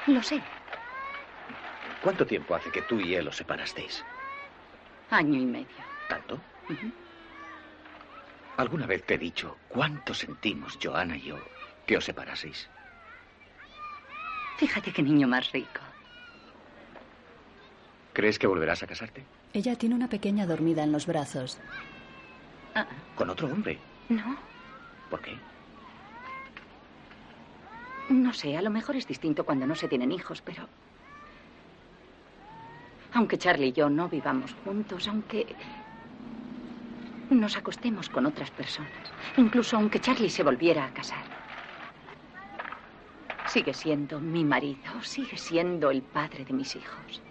S3: Lo sé.
S5: ¿Cuánto tiempo hace que tú y él os separasteis?
S3: Año y medio.
S5: ¿Tanto?
S3: Ujú.
S5: ¿Alguna vez te he dicho cuánto sentimos, Joana y yo, que os separaseis?
S3: Fíjate qué niño más rico.
S5: ¿Crees que volverás a casarte?
S2: Ella tiene una pequeña dormida en los brazos.
S3: Ah,
S5: ¿Con otro hombre?
S3: no,
S5: ¿Por qué?
S3: no sé. A lo mejor es distinto cuando no se tienen hijos, pero... Aunque Charlie y yo no vivamos juntos, aunque nos acostemos con otras personas, incluso aunque Charlie se volviera a casar, sigue siendo mi marido, sigue siendo el padre de mis hijos.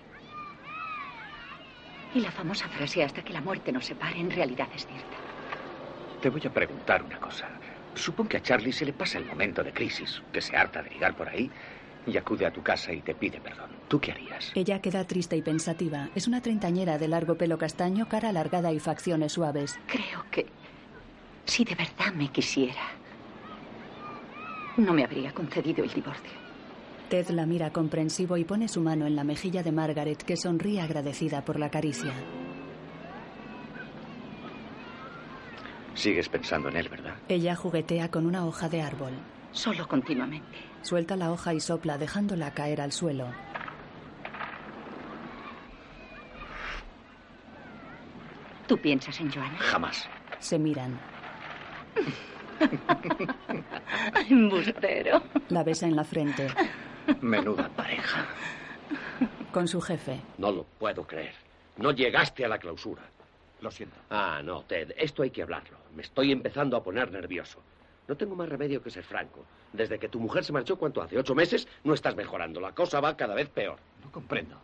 S3: Y la famosa frase hasta que la muerte nos separe en realidad es cierta.
S5: Te voy a preguntar una cosa. Supón que a Charlie se le pasa el momento de crisis, que se harta de ligar por ahí y acude a tu casa y te pide perdón. ¿Tú qué harías?
S2: Ella queda triste y pensativa. Es una treintañera de largo pelo castaño, cara alargada y facciones suaves.
S3: Creo que si de verdad me quisiera, no me habría concedido el divorcio.
S2: Ted la mira comprensivo y pone su mano en la mejilla de Margaret, que sonríe agradecida por la caricia.
S5: Sigues pensando en él, ¿verdad?
S2: Ella juguetea con una hoja de árbol.
S3: Solo continuamente.
S2: Suelta la hoja y sopla, dejándola caer al suelo.
S3: ¿Tú piensas en Joana?
S5: Jamás.
S2: Se miran.
S3: Embustero.
S2: La besa en la frente.
S5: Menuda (laughs) pareja.
S2: Con su jefe.
S6: No lo puedo creer. No llegaste a la clausura.
S5: Lo siento.
S6: Ah, no, Ted, esto hay que hablarlo. Me estoy empezando a poner nervioso. No tengo más remedio que ser franco. Desde que tu mujer se marchó, ¿cuánto hace? ¿Ocho meses? No estás mejorando. La cosa va cada vez peor.
S5: No comprendo.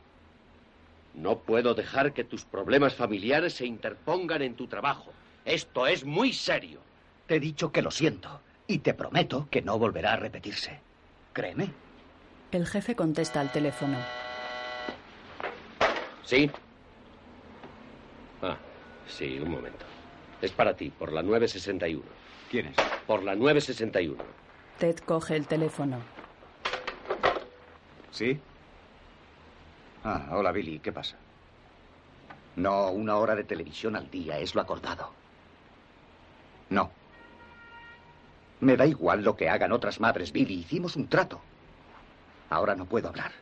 S6: No puedo dejar que tus problemas familiares se interpongan en tu trabajo. Esto es muy serio.
S5: Te he dicho que lo siento y te prometo que no volverá a repetirse. Créeme.
S2: El jefe contesta al teléfono.
S6: ¿Sí? Ah, sí, un momento. Es para ti, por la 961.
S5: ¿Quién es?
S6: Por la 961.
S2: Ted coge el teléfono.
S5: ¿Sí? Ah, hola Billy, ¿qué pasa? No, una hora de televisión al día es lo acordado. No. Me da igual lo que hagan otras madres, Billy. Hicimos un trato. Ahora no puedo hablar.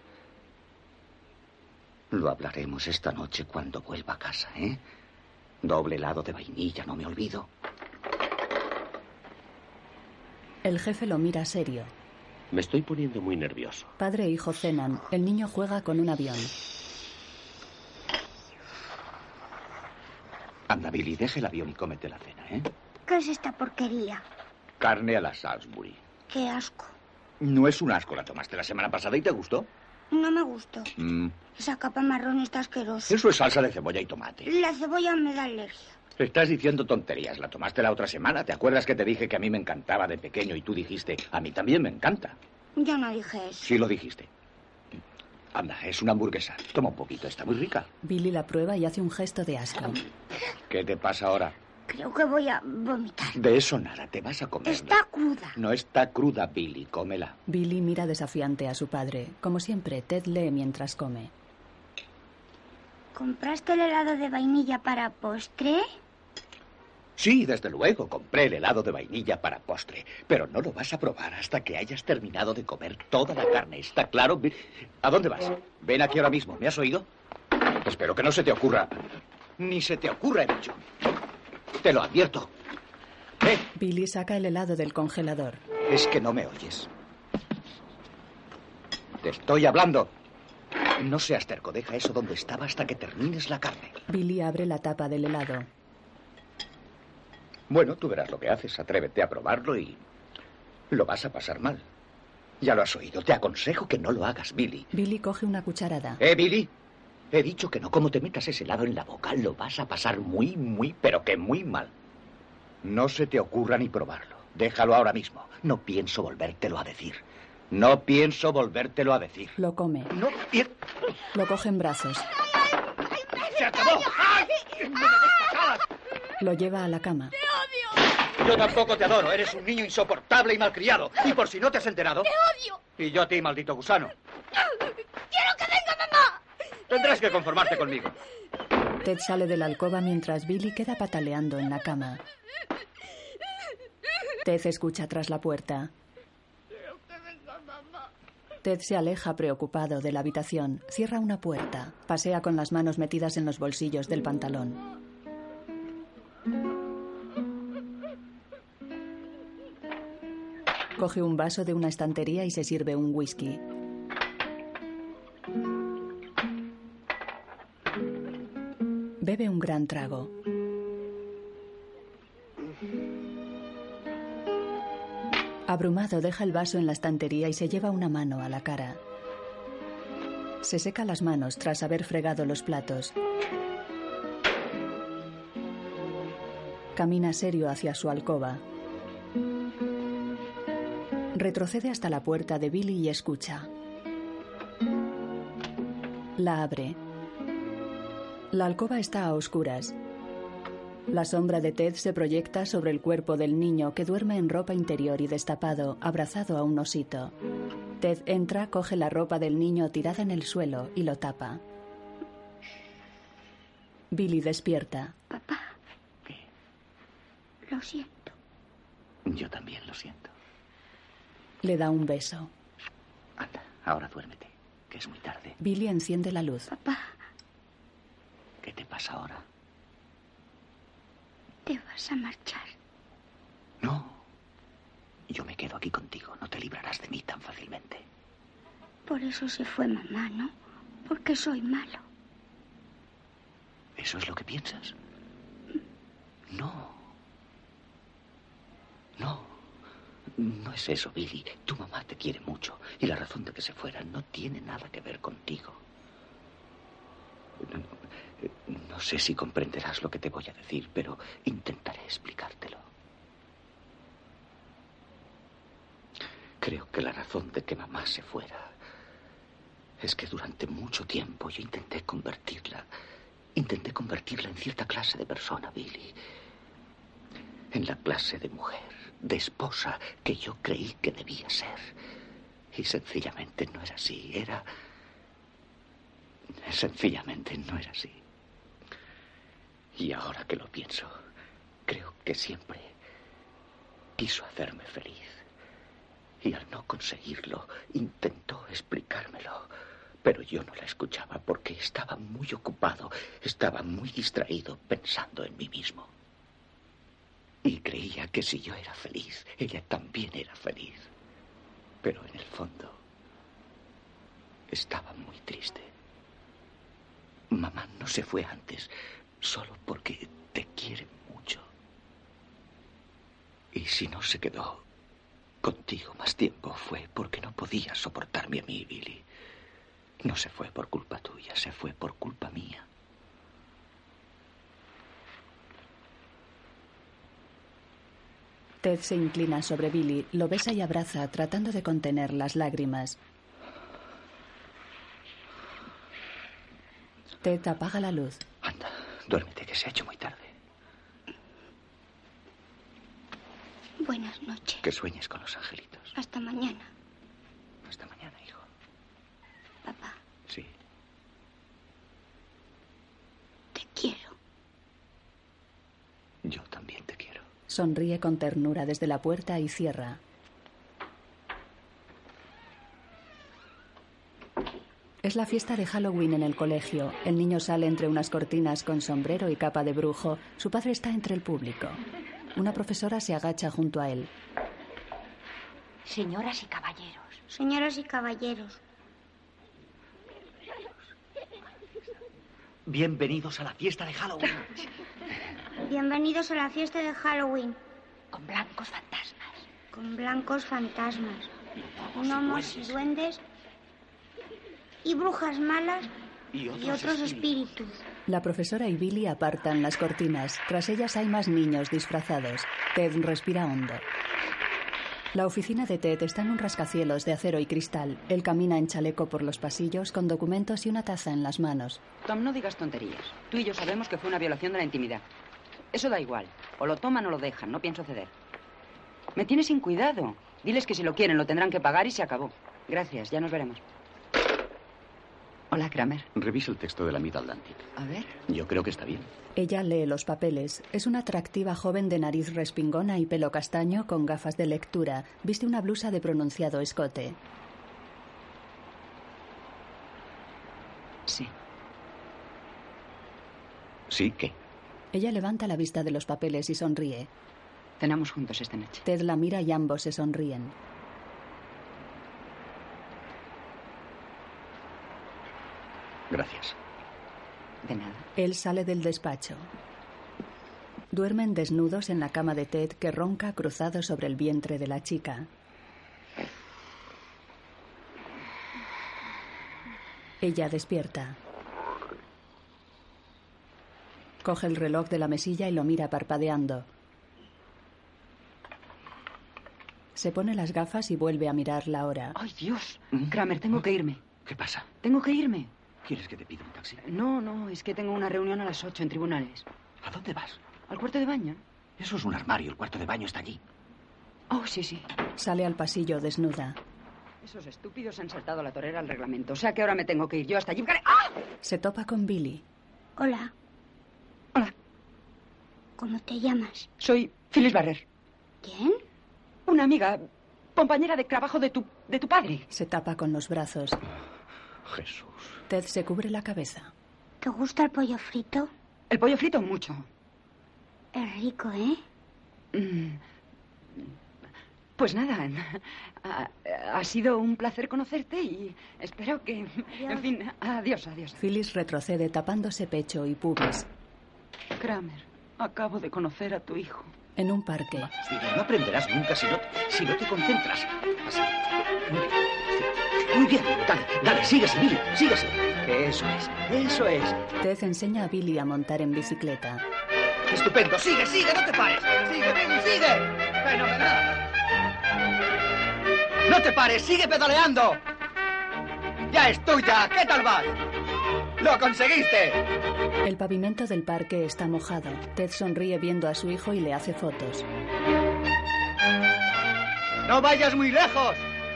S5: Lo hablaremos esta noche cuando vuelva a casa, ¿eh? Doble helado de vainilla, no me olvido.
S2: El jefe lo mira serio.
S6: Me estoy poniendo muy nervioso.
S2: Padre e hijo cenan. El niño juega con un avión.
S5: Anda, Billy, deje el avión y cómete la cena, ¿eh?
S4: ¿Qué es esta porquería?
S5: Carne a la Salisbury.
S4: Qué asco.
S5: No es un asco, la tomaste la semana pasada y te gustó.
S4: No me gustó.
S5: Mm,
S4: Esa capa marrón está asquerosa.
S5: Eso es salsa de cebolla y tomate.
S4: La cebolla me da alergia.
S5: Estás diciendo tonterías. La tomaste la otra semana. ¿Te acuerdas que te dije que a mí me encantaba de pequeño y tú dijiste, a mí también me encanta?
S4: Yo no dije eso.
S5: Sí lo dijiste. Anda, es una hamburguesa. Toma un poquito, está muy rica.
S2: Billy la prueba y hace un gesto de asco.
S5: ¿Qué te pasa ahora?
S4: Creo que voy a vomitar.
S5: De eso nada, te vas a comer.
S4: Está cruda.
S5: No está cruda, Billy, cómela.
S2: Billy mira desafiante a su padre. Como siempre, Ted lee mientras come.
S4: ¿Compraste el helado de vainilla para postre?
S5: Sí, desde luego, compré el helado de vainilla para postre, pero no lo vas a probar hasta que hayas terminado de comer toda la carne, ¿está claro? Bi- ¿A dónde vas? Ven aquí ahora mismo, ¿me has oído? Espero que no se te ocurra. Ni se te ocurra, he dicho. Te lo advierto. Eh,
S2: Billy saca el helado del congelador.
S5: es que no me oyes. Te estoy hablando. No seas terco, deja eso donde estaba hasta que termines la carne.
S2: Billy abre la tapa del helado.
S5: Bueno, tú verás lo que haces. Atrévete a probarlo y lo vas a pasar mal. Ya lo has oído. Te aconsejo que no lo hagas, Billy.
S2: Billy coge una cucharada.
S5: ¿Eh, Billy? He dicho que no. Como te metas ese helado en la boca, lo vas a pasar muy, muy, pero que muy mal. No se te ocurra ni probarlo. Déjalo ahora mismo. No pienso volvértelo a decir. No pienso volvértelo a decir.
S2: Lo come.
S5: No pienso...
S2: Lo coge en brazos.
S5: ¡Se acabó! ¡Ay! ¡No me descacabas!
S2: Lo lleva a la cama.
S5: Yo tampoco te adoro. Eres un niño insoportable y malcriado. Y por si no te has
S4: Ah,
S5: enterado. ¡Te odio! Y yo a ti, maldito gusano.
S4: ¡Quiero que venga mamá!
S5: Tendrás que conformarte conmigo.
S2: Ted sale de la alcoba mientras Billy queda pataleando en la cama. Ted escucha tras la puerta. Ted se aleja preocupado de la habitación, cierra una puerta, pasea con las manos metidas en los bolsillos del pantalón. Coge un vaso de una estantería y se sirve un whisky. Bebe un gran trago. Abrumado, deja el vaso en la estantería y se lleva una mano a la cara. Se seca las manos tras haber fregado los platos. Camina serio hacia su alcoba. Retrocede hasta la puerta de Billy y escucha. La abre. La alcoba está a oscuras. La sombra de Ted se proyecta sobre el cuerpo del niño que duerme en ropa interior y destapado, abrazado a un osito. Ted entra, coge la ropa del niño tirada en el suelo y lo tapa. Billy despierta.
S4: Papá, lo siento.
S5: Yo también lo siento.
S2: Le da un beso.
S5: Anda, ahora duérmete, que es muy tarde.
S2: Billy enciende la luz.
S4: Papá,
S5: ¿Qué te pasa ahora?
S4: te vas a marchar.
S5: No. Yo me quedo aquí contigo. No te librarás de mí tan fácilmente.
S4: Por eso se fue mamá, ¿no? Porque soy malo.
S5: ¿Eso es lo que piensas? No. No. No es eso, Billy. Tu mamá te quiere mucho y la razón de que se fuera no tiene nada que ver contigo. No, no, no sé si comprenderás lo que te voy a decir, pero intentaré explicártelo. Creo que la razón de que mamá se fuera es que durante mucho tiempo yo intenté convertirla. Intenté convertirla en cierta clase de persona, Billy. En la clase de mujer, de esposa que yo creí que debía ser. Y sencillamente no era así. Era. Sencillamente no era así. Y ahora que lo pienso, creo que siempre quiso hacerme feliz. Y al no conseguirlo, intentó explicármelo. Pero yo no la escuchaba porque estaba muy ocupado, estaba muy distraído pensando en mí mismo. Y creía que si yo era feliz, ella también era feliz. Pero en el fondo, estaba muy triste. Mamá no se fue antes, solo porque te quiere mucho. Y si no se quedó contigo más tiempo fue porque no podía soportarme a mí, Billy. No se fue por culpa tuya, se fue por culpa mía.
S2: Ted se inclina sobre Billy, lo besa y abraza, tratando de contener las lágrimas. Ted apaga la luz.
S5: Anda, duérmete, que se ha hecho muy tarde.
S4: Buenas noches.
S5: Que sueñes con los angelitos.
S4: Hasta mañana,
S5: Hasta mañana, hijo.
S4: papá.
S5: Sí.
S4: Te quiero.
S5: Yo también te quiero.
S2: Sonríe con ternura desde la puerta y cierra. Es la fiesta de Halloween en el colegio. El niño sale entre unas cortinas con sombrero y capa de brujo. Su padre está entre el público. Una profesora se agacha junto a él.
S3: Señoras y caballeros,
S4: Señoras y caballeros,
S5: Bienvenidos a la fiesta de Halloween.
S4: bienvenidos a la fiesta de Halloween
S3: con blancos fantasmas,
S4: con blancos fantasmas, gnomos y duendes y brujas malas
S5: Y
S4: y otros espíritus.
S2: La profesora y Billy apartan las cortinas. Tras ellas hay más niños disfrazados. Ted respira hondo. La oficina de Ted está en un rascacielos de acero y cristal. Él camina en chaleco por los pasillos con documentos y una taza en las manos.
S10: Tom, no digas tonterías. Tú y yo sabemos que fue una violación de la intimidad. Eso da igual. O lo toman o lo dejan. No pienso ceder. Me tienes sin cuidado. Diles que si lo quieren lo tendrán que pagar y se acabó. Gracias, ya nos veremos. Hola, Kramer.
S5: Revisa el texto de la Mid Atlantic.
S10: A ver.
S5: Yo creo que está bien.
S2: Ella lee los papeles. Es una atractiva joven de nariz respingona y pelo castaño con gafas de lectura. Viste una blusa de pronunciado escote.
S10: Sí.
S5: Sí, ¿qué?
S2: Ella levanta la vista de los papeles y sonríe.
S10: Cenamos juntos esta noche.
S2: Ted la mira y ambos se sonríen.
S5: Gracias.
S10: De nada.
S2: Él sale del despacho. Duermen desnudos en la cama de Ted que ronca cruzado sobre el vientre de la chica. Ella despierta. Coge el reloj de la mesilla y lo mira parpadeando. Se pone las gafas y vuelve a mirar la hora.
S10: ¡Ay, Dios! Kramer, tengo que irme.
S5: ¿Qué pasa?
S10: Tengo que irme.
S5: ¿Quieres que te pida un taxi?
S10: No, no, es que tengo una reunión a las 8 en tribunales.
S5: ¿A dónde vas?
S10: ¿Al cuarto de baño?
S5: Eso es un armario. El cuarto de baño está allí.
S10: Oh, sí, sí.
S2: Sale al pasillo desnuda.
S10: Esos estúpidos han saltado la torera al reglamento. O sea que ahora me tengo que ir yo hasta allí. ¡Ah!
S2: Se topa con Billy.
S4: Hola,
S10: Hola,
S4: ¿cómo te llamas?
S10: soy Phyllis Barrer.
S4: ¿Quién?
S10: Una amiga, compañera de trabajo de tu, de tu padre.
S2: Se tapa con los brazos.
S5: Jesús.
S2: Ted se cubre la cabeza.
S4: ¿Te gusta el pollo frito?
S10: El pollo frito mucho.
S4: Es rico, ¿eh?
S10: Mm. Pues nada, ha, ha sido un placer conocerte y espero que... En fin, adiós, adiós.
S2: Phyllis retrocede tapándose pecho y pubis.
S10: Kramer, acabo de conocer a tu hijo.
S2: En un parque,
S5: Mira, no aprenderás nunca si no, si no te concentras. Así. Muy bien. Muy bien, dale, dale, síguese, Billy, síguese. Eso es, eso es.
S2: Ted enseña a Billy a montar en bicicleta.
S5: Estupendo, sigue, sigue, no te pares. Sigue, Billy, sigue. Fenomenal. No te pares, sigue pedaleando. Ya es tuya, ¿qué tal vas? ¡Lo conseguiste!
S2: El pavimento del parque está mojado. Ted sonríe viendo a su hijo y le hace fotos.
S5: ¡No vayas muy lejos!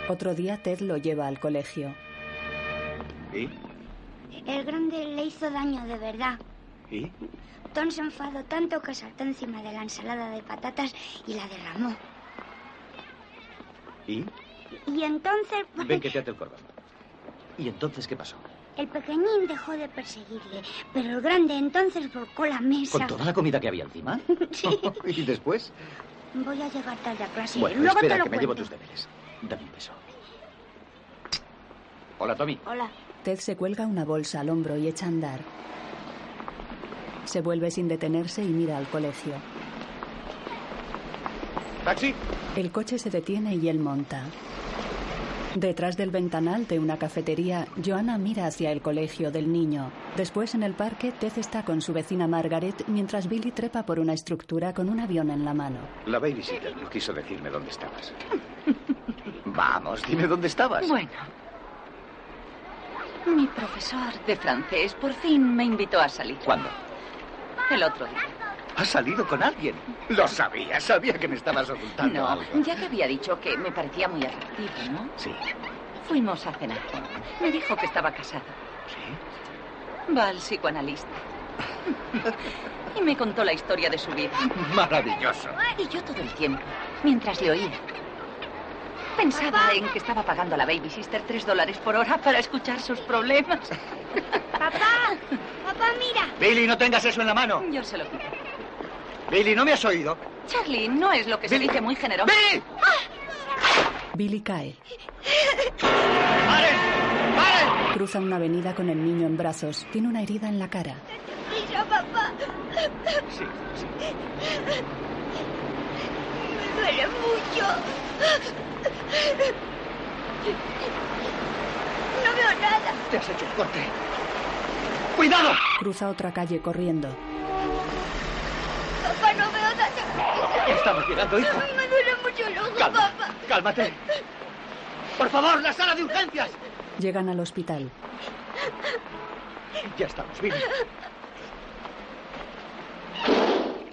S2: Otro día Ted lo lleva al colegio.
S5: ¿Y?
S4: El grande le hizo daño de verdad.
S5: ¿Y?
S4: Tom se enfadó tanto que saltó encima de la ensalada de patatas y la derramó.
S5: ¿Y?
S4: Y entonces
S6: Ven que te ate el cordón.
S5: ¿Y entonces qué pasó?
S4: el pequeñín dejó de perseguirle, pero el grande entonces volcó la mesa.
S5: ¿Con toda la comida que había encima?
S4: (laughs) Sí.
S5: ¿Y después?
S4: Voy a llegar tarde a clase.
S5: bueno,
S4: Luego
S5: espera,
S4: te lo
S5: que me llevo
S4: cuento.
S5: tus deberes. Dame un beso. Hola, Tommy.
S4: Hola.
S2: Ted se cuelga una bolsa al hombro y echa a andar. Se vuelve sin detenerse y mira al colegio.
S5: ¿Taxi?
S2: El coche se detiene y él monta. Detrás del ventanal de una cafetería, Joanna mira hacia el colegio del niño. Después, en el parque, Ted está con su vecina Margaret mientras Billy trepa por una estructura con un avión en la mano.
S5: La babysitter no quiso decirme dónde estabas. Vamos, dime dónde estabas.
S3: Bueno. Mi profesor de francés por fin me invitó a salir.
S5: ¿Cuándo?
S3: El otro día.
S5: ¿Has salido con alguien? Lo sabía, sabía que me estabas ocultando
S3: No,
S5: algo.
S3: ya te había dicho que me parecía muy atractivo, ¿no?
S5: Sí,
S3: Fuimos a cenar. Me dijo que estaba casado.
S5: sí.
S3: Va al psicoanalista. (laughs) Y me contó la historia de su vida.
S5: Maravilloso.
S3: Y yo todo el tiempo, mientras le oía, pensaba en que estaba pagando a la baby sister tres dólares por hora para escuchar sus problemas.
S4: Papá, papá, mira.
S5: Billy, no tengas eso en la mano.
S3: Yo se lo quité.
S5: Billy, ¿no me has oído?
S3: Charlie, no es lo que se
S5: Billy.
S3: dice muy generoso.
S5: ¡Billy!
S2: Billy cae,
S5: ¡Paren! ¡Paren!
S2: cruza una avenida con el niño en brazos, tiene una herida en la cara.
S4: Mira, papá.
S5: Sí, sí.
S4: Me duele mucho. No veo nada.
S5: Te has hecho un corte. ¡Cuidado!
S2: Cruza otra calle corriendo.
S4: Papá, no veo nada.
S5: Estamos llegando, hijo.
S4: Me duele mucho el ojo,
S5: Calma, cálmate. Por favor, la sala de urgencias.
S2: Llegan al hospital.
S5: Ya estamos, Billy.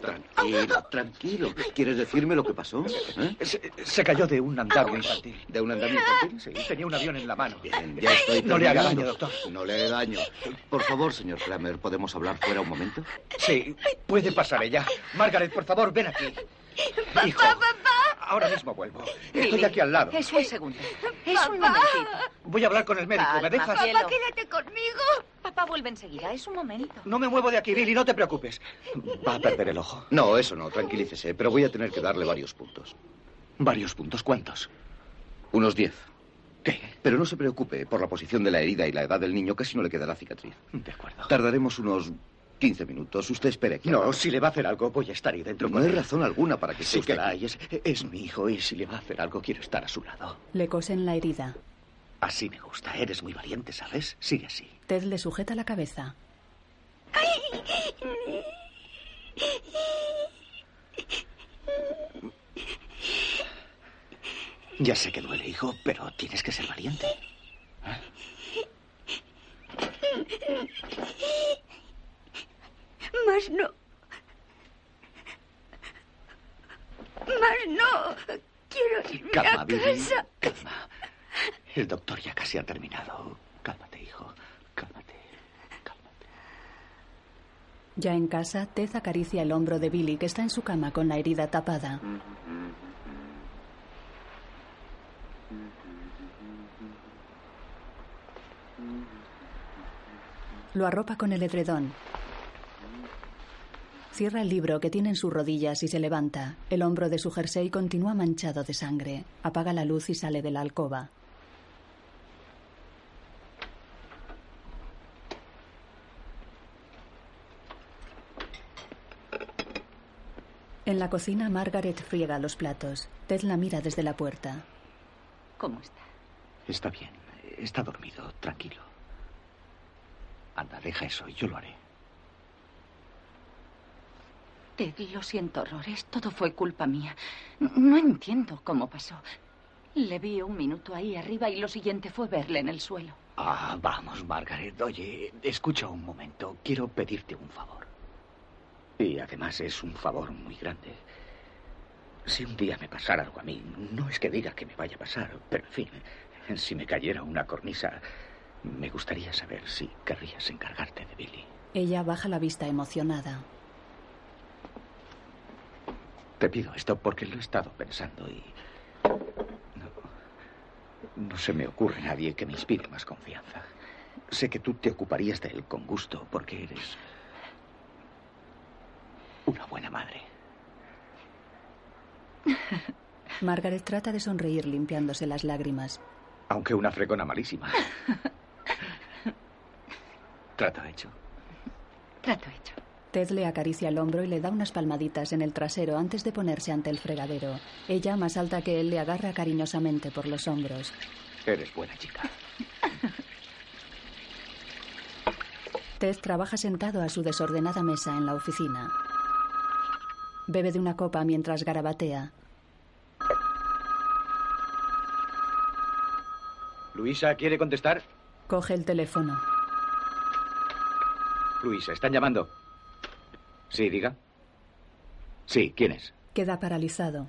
S6: Tranquilo, tranquilo. ¿Quieres decirme lo que pasó? ¿Eh? Ah,
S5: Se, se cayó de un andamio infantil.
S6: ¿De un andamio infantil?
S5: Sí, tenía un avión en la mano.
S6: Bien, ya estoy
S5: No le haga
S6: terminando.
S5: daño, doctor.
S6: No le haga daño. Por favor, señor Kramer, ¿podemos hablar fuera un momento?
S5: Sí, puede pasar ella. Margaret, por favor, ven aquí. Hijo, Ahora mismo vuelvo. Estoy
S3: Billy,
S5: aquí al lado.
S3: Es un segundo. Es un momentito.
S5: Voy a hablar con el médico. ¿Me
S3: Calma,
S5: dejas?
S3: cielo.
S4: quédate conmigo.
S3: Papá vuelve enseguida. Es un momento.
S5: No me muevo de aquí, Billy, no te preocupes. Va a perder el ojo.
S6: No, eso no, tranquilícese, pero voy a tener que darle varios puntos.
S5: Varios puntos, ¿cuántos?
S6: Unos diez.
S5: ¿Qué?
S6: Pero no se preocupe, por la posición de la herida y la edad del niño casi no le quedará cicatriz.
S5: De acuerdo.
S6: Tardaremos unos 15 minutos. Usted espere aquí.
S5: No, si le va a hacer algo, voy a estar ahí dentro.
S6: No
S5: con
S6: hay
S5: él.
S6: razón alguna para que
S5: Sí
S6: se
S5: que la hay. Es, es mi hijo y si le va a hacer algo, quiero estar a su lado.
S2: Le cosen la herida.
S5: Así me gusta. Eres muy valiente, ¿sabes? Sigue así.
S2: Ted le sujeta la cabeza.
S5: Ya sé que duele, hijo, pero tienes que ser valiente.
S4: (laughs) Más no. Más no. Quiero irme
S5: Calma,
S4: a
S5: Billy.
S4: casa.
S5: Calma. El doctor ya casi ha terminado. Cálmate, hijo. Cálmate. Cálmate.
S2: Ya en casa, Ted acaricia el hombro de Billy, que está en su cama con la herida tapada. Lo arropa con el edredón. Cierra el libro que tiene en sus rodillas y se levanta. El hombro de su jersey continúa manchado de sangre. Apaga la luz y sale de la alcoba. En la cocina, Margaret friega los platos. Ted la mira desde la puerta.
S3: ¿Cómo está?
S5: Está bien. Está dormido. Tranquilo. Anda, deja eso. Yo lo haré.
S3: Ted, lo siento horrores. Todo fue culpa mía. No entiendo cómo pasó. Le vi un minuto ahí arriba y lo siguiente fue verle en el suelo.
S5: Ah, vamos, Margaret. Oye, escucha un momento. Quiero pedirte un favor. Y además es un favor muy grande. Si un día me pasara algo a mí, no es que diga que me vaya a pasar, pero en fin, si me cayera una cornisa, me gustaría saber si querrías encargarte de Billy.
S2: Ella baja la vista emocionada.
S5: Te pido esto porque lo he estado pensando y... No, no se me ocurre nadie que me inspire más confianza. Sé que tú te ocuparías de él con gusto porque eres una buena madre.
S2: Margaret trata de sonreír limpiándose las lágrimas.
S5: Aunque una fregona malísima. Trato hecho.
S3: Trato hecho.
S2: Ted le acaricia el hombro y le da unas palmaditas en el trasero antes de ponerse ante el fregadero. Ella, más alta que él, le agarra cariñosamente por los hombros.
S5: Eres buena chica.
S2: Ted trabaja sentado a su desordenada mesa en la oficina. Bebe de una copa mientras garabatea.
S5: Luisa, ¿quiere contestar?
S2: Coge el teléfono.
S5: Luisa, están llamando. Sí, diga. Sí, ¿quién es?
S2: Queda paralizado.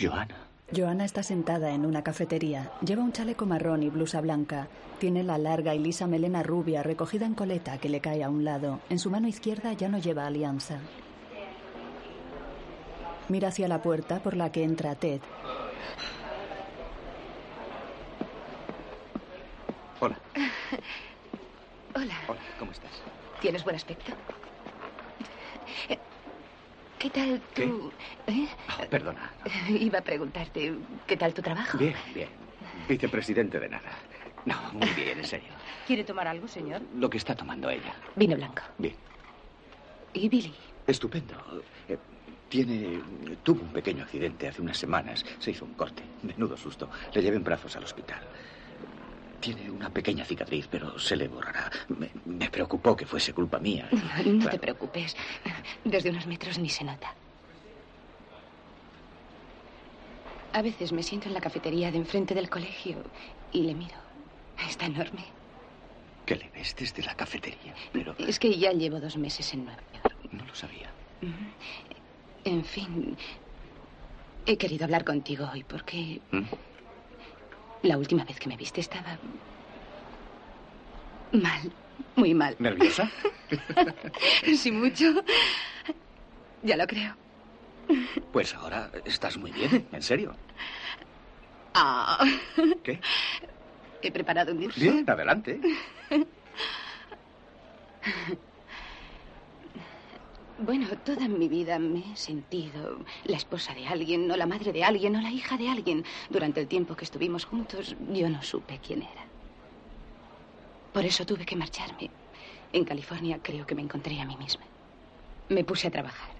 S5: Joana.
S2: Joana está sentada en una cafetería. Lleva un chaleco marrón y blusa blanca. Tiene la larga y lisa melena rubia recogida en coleta que le cae a un lado. En su mano izquierda ya no lleva alianza. Mira hacia la puerta por la que entra Ted.
S4: (laughs)
S5: Hola.
S9: Hola.
S5: Hola, ¿cómo estás?
S9: ¿Tienes buen aspecto? ¿Qué tal
S5: ¿Qué?
S9: tú? ¿Eh?
S5: Ah, Perdona.
S9: Iba a preguntarte, ¿qué tal tu trabajo?
S5: Bien, bien. Vicepresidente de nada. No, muy bien, en serio.
S10: ¿Quiere tomar algo, señor?
S5: Lo que está tomando ella.
S9: Vino blanco.
S5: Bien.
S9: ¿Y Billy?
S5: Estupendo. Eh, Tiene. Tuvo un pequeño accidente hace unas semanas. Se hizo un corte. Menudo susto. Le llevé en brazos al hospital. Tiene una pequeña cicatriz, pero se le borrará. Me, me preocupó que fuese culpa mía. y,
S9: No
S5: claro,
S9: te preocupes. Desde unos metros ni se nota. A veces me siento en la cafetería de enfrente del colegio y le miro. Está enorme.
S5: Que le ves desde la cafetería. Pero
S9: Es que ya llevo dos meses en Nueva York.
S5: no lo sabía.
S9: En fin, he querido hablar contigo hoy porque
S5: ¿Mm?
S9: la última vez que me viste estaba mal, muy mal.
S5: ¿Nerviosa?
S9: Sí, mucho. Ya lo creo.
S5: Pues ahora estás muy bien. ¿En serio?
S9: Ah,
S5: ¿Qué?
S9: he preparado un discurso.
S5: Bien, adelante.
S9: (laughs) Bueno, toda mi vida me he sentido la esposa de alguien, o la madre de alguien, o la hija de alguien. Durante el tiempo que estuvimos juntos, yo no supe quién era. Por eso tuve que marcharme. En California creo que me encontré a mí misma. Me puse a trabajar.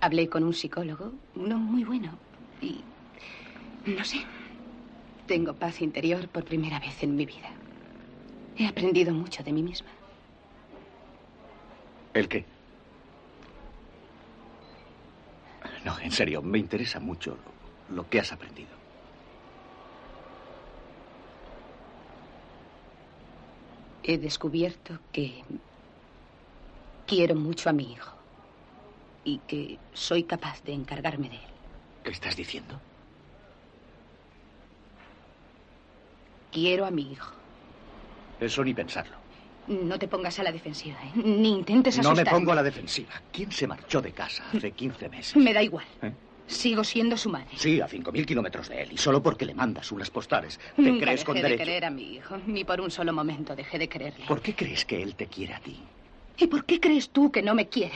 S9: Hablé con un psicólogo, uno muy bueno, y... No sé. Tengo paz interior por primera vez en mi vida. He aprendido mucho de mí misma.
S5: ¿El qué? No, en serio, me interesa mucho lo- lo que has aprendido.
S9: He descubierto que quiero mucho a mi hijo y que soy capaz de encargarme de él.
S5: ¿Qué estás diciendo?
S9: Quiero a mi hijo.
S5: Eso ni pensarlo.
S9: No te pongas a la defensiva, ¿eh? ni intentes
S5: No
S9: asustarme.
S5: me pongo a la defensiva. ¿Quién se marchó de casa hace 15
S9: (laughs)
S5: meses?
S9: Mm. Me da igual.
S5: ¿Eh?
S9: Sigo siendo su madre.
S5: Sí, a 5.000 kilómetros de él. Y solo porque le mandas unas postales. ¿Te
S9: Nunca
S5: crees con
S9: dejé de
S5: derecho?
S9: querer a mi hijo, ni por un solo momento dejé de creerle.
S5: ¿Por qué crees que él te quiere a ti?
S9: ¿Y por qué crees tú que no me quiere?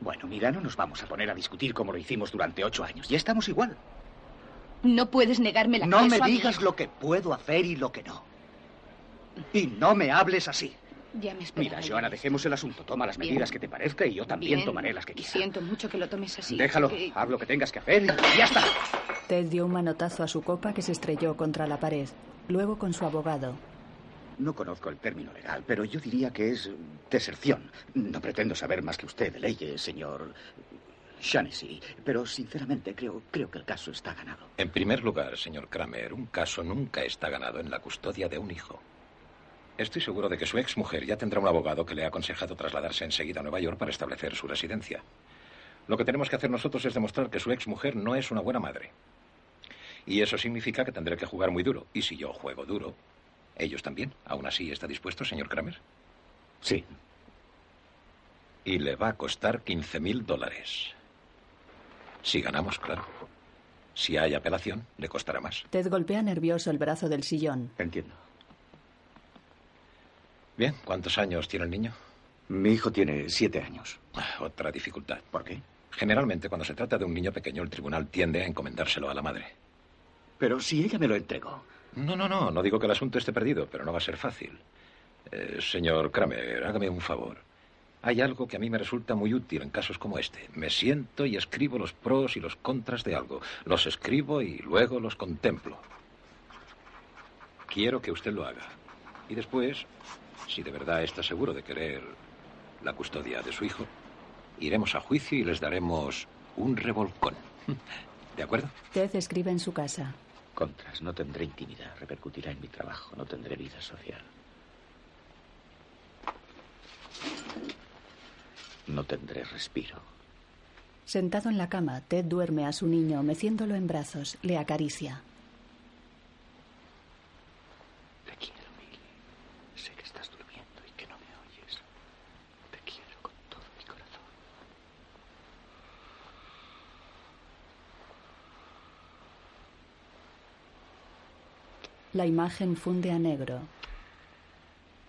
S5: Bueno, mira, no nos vamos a poner a discutir como lo hicimos durante ocho años. Ya estamos igual.
S9: No puedes negarme la
S5: No me
S9: acceso a mi
S5: digas
S9: hijo.
S5: lo que puedo hacer y lo que no. Y no me hables así.
S9: Ya me esperaba.
S5: Mira,
S9: yo.
S5: Joana, dejemos el asunto. Toma las
S9: Bien.
S5: medidas que te parezca y yo también
S9: Bien.
S5: tomaré las que
S9: Y
S5: quieras.
S9: siento mucho que lo tomes así.
S5: Déjalo,
S9: que-
S5: haz lo que tengas que hacer y ya está.
S2: Ted dio un manotazo a su copa que se estrelló contra la pared. Luego con su abogado.
S5: No conozco el término legal, pero yo diría que es eh, deserción. No pretendo saber más que usted de leyes, señor Shaughnessy, pero sinceramente creo, creo que el caso está ganado.
S11: En primer lugar, señor Kramer, un caso nunca está ganado en la custodia de un hijo. Estoy seguro de que su exmujer ya tendrá un abogado que le ha aconsejado trasladarse enseguida a Nueva York para establecer su residencia. Lo que tenemos que hacer nosotros es demostrar que su exmujer no es una buena madre. Y eso significa que tendré que jugar muy duro. Y si yo juego duro, ellos también. ¿Aún así está dispuesto, señor Kramer?
S5: Sí.
S11: Y le va a costar 15 mil dólares. Si ganamos, claro. Si hay apelación, le costará más.
S2: Ted golpea nervioso el brazo del sillón.
S5: Entiendo.
S11: Bien, ¿cuántos años tiene el niño? Ah,
S5: Mi hijo tiene siete años.
S11: Otra dificultad.
S5: ¿Por qué?
S11: Generalmente, cuando se trata de un niño pequeño, el tribunal tiende a encomendárselo a la madre.
S5: Pero si ella me lo entregó.
S11: No, no, no, no digo que el asunto esté perdido, pero no va a ser fácil. Eh, señor Kramer, hágame un favor. Hay algo que a mí me resulta muy útil en casos como este. Me siento y escribo los pros y los contras de algo. Los escribo y luego los contemplo. Quiero que usted lo haga. Y después, si de verdad está seguro de querer la custodia de su hijo, iremos a juicio y les daremos un revolcón. (laughs) ¿De acuerdo?
S2: Ted escribe en su casa.
S5: Contras, no tendré intimidad, repercutirá en mi trabajo, no tendré vida social. No tendré respiro.
S2: Sentado en la cama, Ted duerme a su niño, meciéndolo en brazos, le acaricia.
S5: Te quiero, Billy. Sé que estás
S4: (laughs)
S5: durmiendo y que no me oyes. Te quiero con todo mi corazón.
S2: La imagen funde a negro.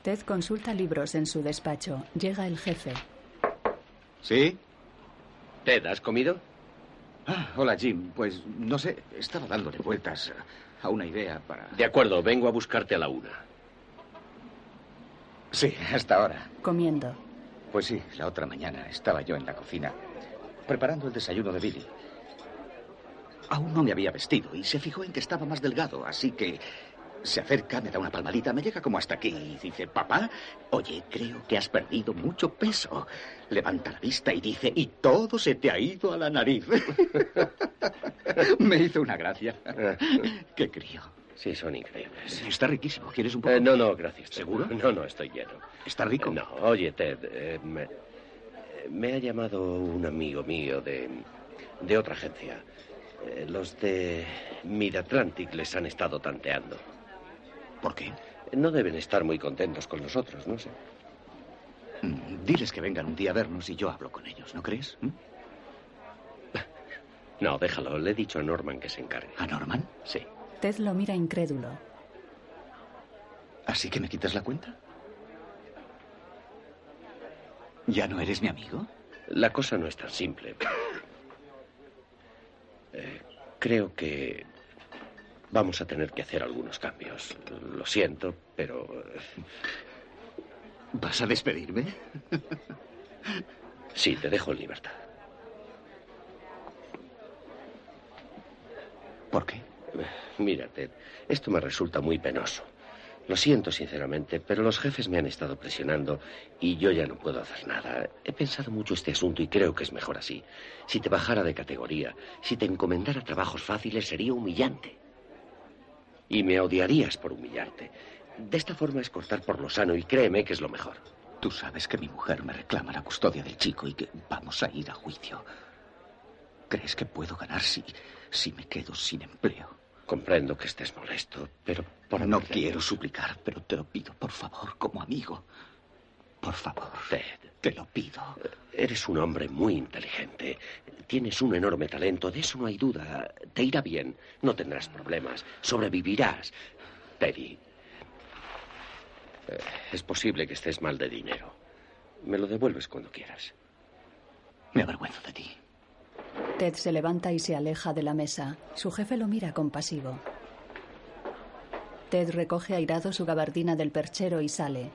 S2: Ted consulta libros en su despacho. Llega el jefe.
S5: ¿Sí?
S6: Ted, ¿has comido?
S5: Ah, hola, Jim. Pues no sé, estaba dándole vueltas a una idea para.
S6: De acuerdo, vengo a buscarte a la una.
S5: Sí, hasta ahora.
S2: Comiendo.
S5: Pues sí, la otra mañana estaba yo en la cocina preparando el desayuno de Billy. Aún no me había vestido y se fijó en que estaba más delgado, así que se acerca, me da una palmadita, me llega como hasta aquí y dice, papá, oye, creo que has perdido mucho peso. Levanta la vista y dice, y todo se te ha ido a la nariz. (laughs) me hizo
S6: (laughs)
S5: una gracia. Qué crío.
S6: Sí, son increíbles.
S5: Está riquísimo. ¿Quieres un poco?
S6: Eh, no, no, gracias. Ted.
S5: ¿Seguro?
S6: No, no, estoy lleno.
S5: Está rico.
S6: Eh, No, oye, Ted, eh, me, eh, me ha llamado un amigo mío de, de otra agencia. Eh, los de Mid-Atlantic les han estado tanteando.
S5: ¿Por qué?
S6: No deben estar muy contentos con nosotros, no sé.
S5: Mm, Diles que vengan un día a vernos y yo hablo con ellos, ¿no crees? ¿Mm?
S6: No, déjalo. Le he dicho a Norman que se encargue.
S5: ¿A Norman?
S6: Sí.
S2: Ted lo mira incrédulo.
S5: ¿Así que me quitas la cuenta? ¿Ya no eres mi amigo?
S6: La cosa no es tan simple. Eh, creo que vamos a tener que hacer algunos cambios. Lo siento, pero eh,
S5: ¿Vas a despedirme?
S6: sí, te dejo en libertad.
S5: ¿Por qué?
S6: Mírate, Eh, esto me resulta muy penoso. Lo siento sinceramente, pero los jefes me han estado presionando y yo ya no puedo hacer nada. He pensado mucho este asunto y creo que es mejor así. Si te bajara de categoría, si te encomendara trabajos fáciles, sería humillante. Y me odiarías por humillarte. De esta forma es cortar por lo sano y créeme que es lo mejor.
S5: Tú sabes que mi mujer me reclama la custodia del chico y que vamos a ir a juicio. ¿Crees que puedo ganar si, si me quedo sin empleo?
S6: Comprendo que estés molesto, pero por
S5: no
S6: amor de
S5: quiero
S6: Dios,
S5: suplicar, pero te lo pido, por favor, como amigo. Por favor.
S6: Ted. Eh,
S5: Te lo pido.
S6: Eres un hombre muy inteligente. Tienes un enorme talento, de eso no hay duda. Te irá bien, no tendrás problemas, sobrevivirás. Teddy, eh, es posible que estés mal de dinero. Me lo devuelves cuando quieras.
S5: Me avergüenzo de ti.
S2: Ted se levanta y se aleja de la mesa. Su jefe lo mira compasivo. Ted recoge airado su gabardina del perchero y sale.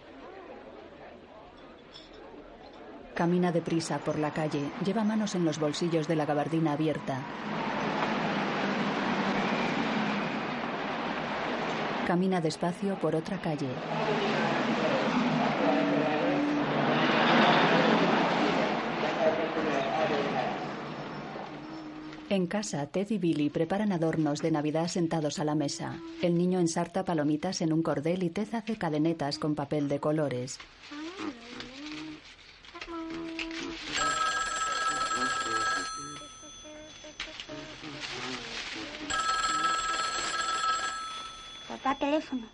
S2: Camina deprisa por la calle, lleva manos en los bolsillos de la gabardina abierta. Camina despacio por otra calle. En casa, Ted y Billy preparan adornos de Navidad sentados a la mesa. El niño ensarta palomitas en un cordel y Ted hace cadenetas con papel de colores.
S4: Papá, teléfono.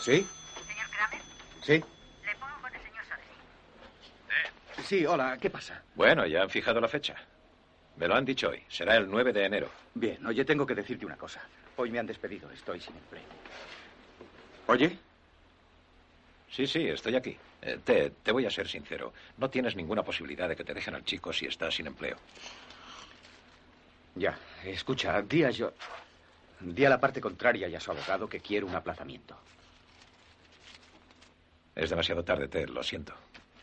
S12: ¿Sí?
S13: Señor Kramer,
S12: ¿Sí?
S13: le pongo con el señor Sodesi.
S12: Sí, hola, ¿qué pasa?
S11: Bueno, ya han fijado la fecha. Me lo han dicho hoy. Será el 9 de enero.
S12: Bien, oye, tengo que decirte una cosa. Hoy me han despedido, estoy sin empleo. ¿Oye?
S11: Sí, sí, estoy aquí. Eh, Ted, te voy a ser sincero. No tienes ninguna posibilidad de que te dejen al chico si estás sin empleo.
S5: Ya, escucha, di a yo. Di a la parte contraria y a su abogado que quiero un aplazamiento.
S11: Es demasiado tarde, Ted, lo siento.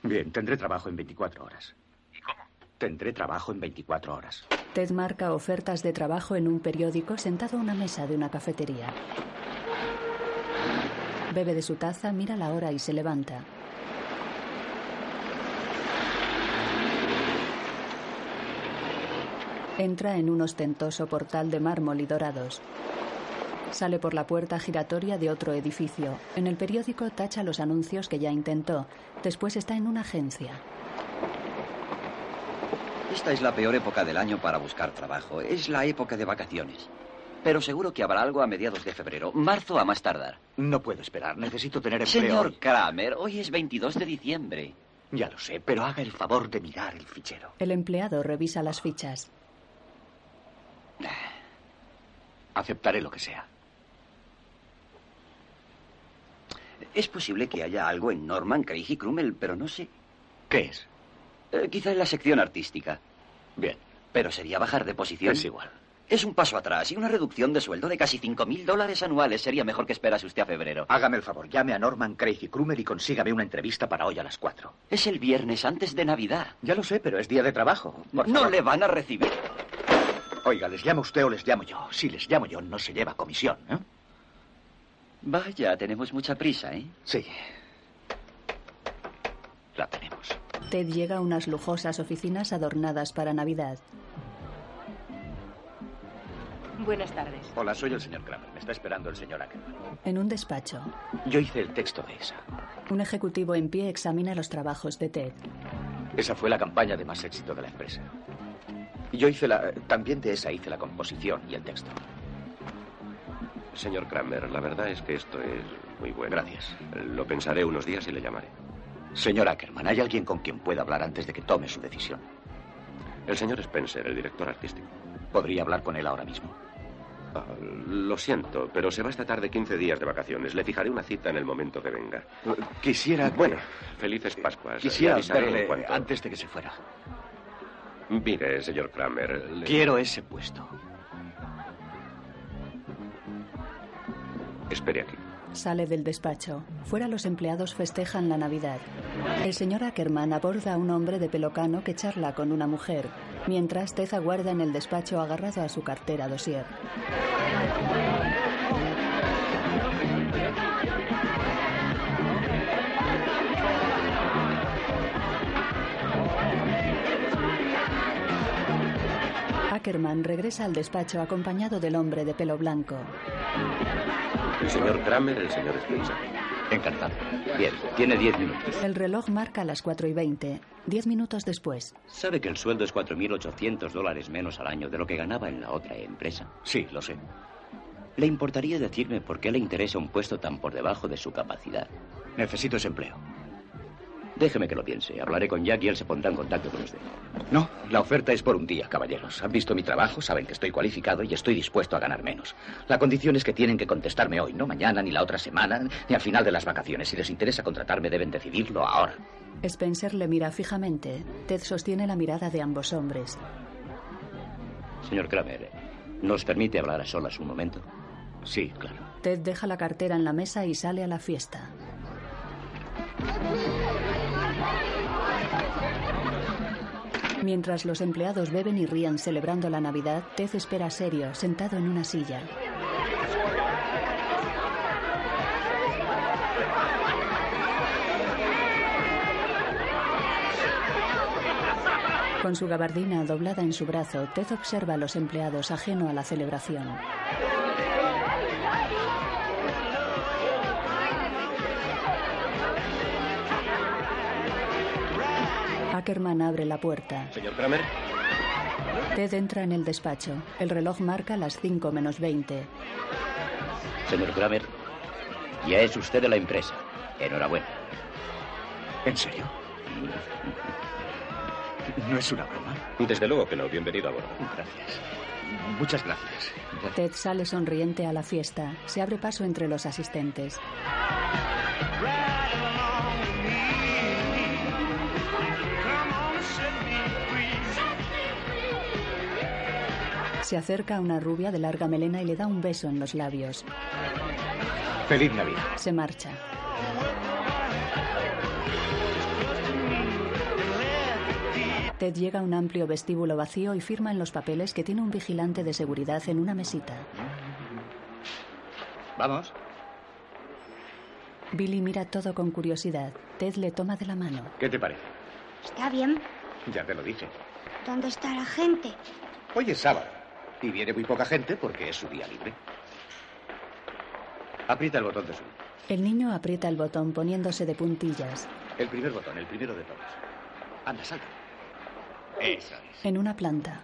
S5: Bien, tendré trabajo en 24 horas. ¿Y cómo? Tendré trabajo en 24 horas.
S2: Ted marca ofertas de trabajo en un periódico sentado a una mesa de una cafetería. Bebe de su taza, mira la hora y se levanta. Entra en un ostentoso portal de mármol y dorados. Sale por la puerta giratoria de otro edificio. En el periódico tacha los anuncios que ya intentó. Después está en una agencia.
S14: Esta es la peor época del año para buscar trabajo. Es la época de vacaciones. Pero seguro que habrá algo a mediados de febrero, marzo a más tardar.
S5: No puedo esperar, necesito tener empleo.
S14: Señor
S5: hoy.
S14: Kramer, hoy es 22 de diciembre.
S5: Ya lo sé, pero haga el favor de mirar el fichero.
S2: El empleado revisa las fichas.
S5: Aceptaré lo que sea.
S14: Es posible que haya algo en Norman, Craig y Krummel, pero no sé.
S5: ¿Qué es?
S14: Eh, quizá en la sección artística.
S5: Bien.
S14: Pero sería bajar de posición.
S5: Es igual.
S14: Es un paso atrás y una reducción de sueldo de casi 5.000 dólares anuales. Sería mejor que esperase usted a febrero.
S5: Hágame el favor, llame a Norman, Craig y Krumer y consígame una entrevista para hoy a las 4.
S14: Es el viernes antes de Navidad.
S5: Ya lo sé, pero es día de trabajo. Por
S14: No
S5: favor.
S14: le van a recibir.
S5: Oiga, ¿les llama usted o les llamo yo? Si les llamo yo, no se lleva comisión, ¿eh?
S14: Vaya, tenemos mucha prisa, ¿eh?
S5: Sí. La tenemos.
S2: Ted llega a unas lujosas oficinas adornadas para Navidad.
S15: Buenas tardes.
S5: Hola, soy el señor Kramer. Me está esperando el señor Ackerman.
S2: En un despacho,
S5: Yo hice el texto de esa.
S2: un ejecutivo en pie examina los trabajos de Ted.
S5: Esa fue la campaña de más éxito de la empresa. Yo hice la. También de esa hice la composición y el texto.
S16: Señor Kramer, la verdad es que esto es muy bueno.
S5: Gracias.
S16: Lo pensaré unos días y le llamaré.
S5: Señor Ackerman, ¿hay alguien con quien pueda hablar antes de que tome su decisión?
S16: El señor Spencer, el director artístico.
S5: Podría hablar con él ahora mismo.
S16: Ah, lo siento, pero se va esta tarde 15 días de vacaciones. Le fijaré una cita en el momento que venga.
S5: Quisiera.
S16: Bueno, felices Pascuas.
S5: Quisiera
S16: Le avisaré
S5: verle
S16: en cuanto-
S5: antes de que se fuera.
S16: Mire, señor Kramer. le-
S5: Quiero ese puesto.
S16: Espere aquí.
S2: Sale del despacho. Fuera los empleados festejan la Navidad. El señor Ackerman aborda a un hombre de pelocano que charla con una mujer, mientras Ted aguarda en el despacho agarrado a su cartera dosier. Ackerman regresa al despacho acompañado del hombre de pelo blanco.
S16: El señor Kramer, el señor Spencer.
S5: Encantado. Bien, tiene 10 minutos.
S2: El reloj marca las 4 y 20. Diez minutos después,
S17: ¿Sabe que el sueldo es 4.800 dólares menos al año de lo que ganaba en la otra empresa?
S5: Sí, lo sé.
S17: ¿Le importaría decirme por qué le interesa un puesto tan por debajo de su capacidad?
S5: Necesito ese empleo.
S17: Déjeme que lo piense. Hablaré con Jack y él se pondrá en contacto con usted.
S5: No, la oferta es por un día, caballeros. Han visto mi trabajo, saben que estoy cualificado y estoy dispuesto a ganar menos. La condición es que tienen que contestarme hoy, no mañana, ni la otra semana, ni al final de las vacaciones. Si les interesa contratarme, deben decidirlo ahora.
S2: Spencer le mira fijamente. Ted sostiene la mirada de ambos hombres.
S17: Señor Kramer, ¿nos permite hablar a solas un momento?
S5: Sí, claro.
S2: Ted deja la cartera en la mesa y sale a la fiesta. Mientras los empleados beben y rían celebrando la Navidad, Ted espera serio, sentado en una silla. Con su gabardina doblada en su brazo, Ted observa a los empleados ajeno a la celebración. Ackerman abre la puerta.
S6: Señor Kramer.
S2: Ted entra en el despacho. El reloj marca las 5 menos 20.
S17: Señor Kramer, ya es usted de la empresa. Enhorabuena.
S5: ¿En (laughs) serio? ¿No es una broma?
S6: Desde luego que no. Bienvenido a bordo.
S5: Gracias. Muchas gracias.
S2: Ted sale sonriente a la fiesta. Se abre paso entre los asistentes. Se acerca a una rubia de larga melena y le da un beso en los labios.
S5: Feliz Navidad.
S2: Se marcha. Ted llega a un amplio vestíbulo vacío y firma en los papeles que tiene un vigilante de seguridad en una mesita.
S5: Vamos.
S2: Billy mira todo con curiosidad. Ted le toma de la mano.
S5: ¿Qué te parece?
S4: Está bien.
S5: Ya te lo dije.
S4: ¿Dónde está la gente?
S5: Hoy es sábado y viene muy poca gente porque es su día libre. Aprieta el botón de subir.
S2: El niño aprieta el botón poniéndose de puntillas.
S5: El primer botón, el primero de todos. Anda, salta. Eso es.
S2: En una planta.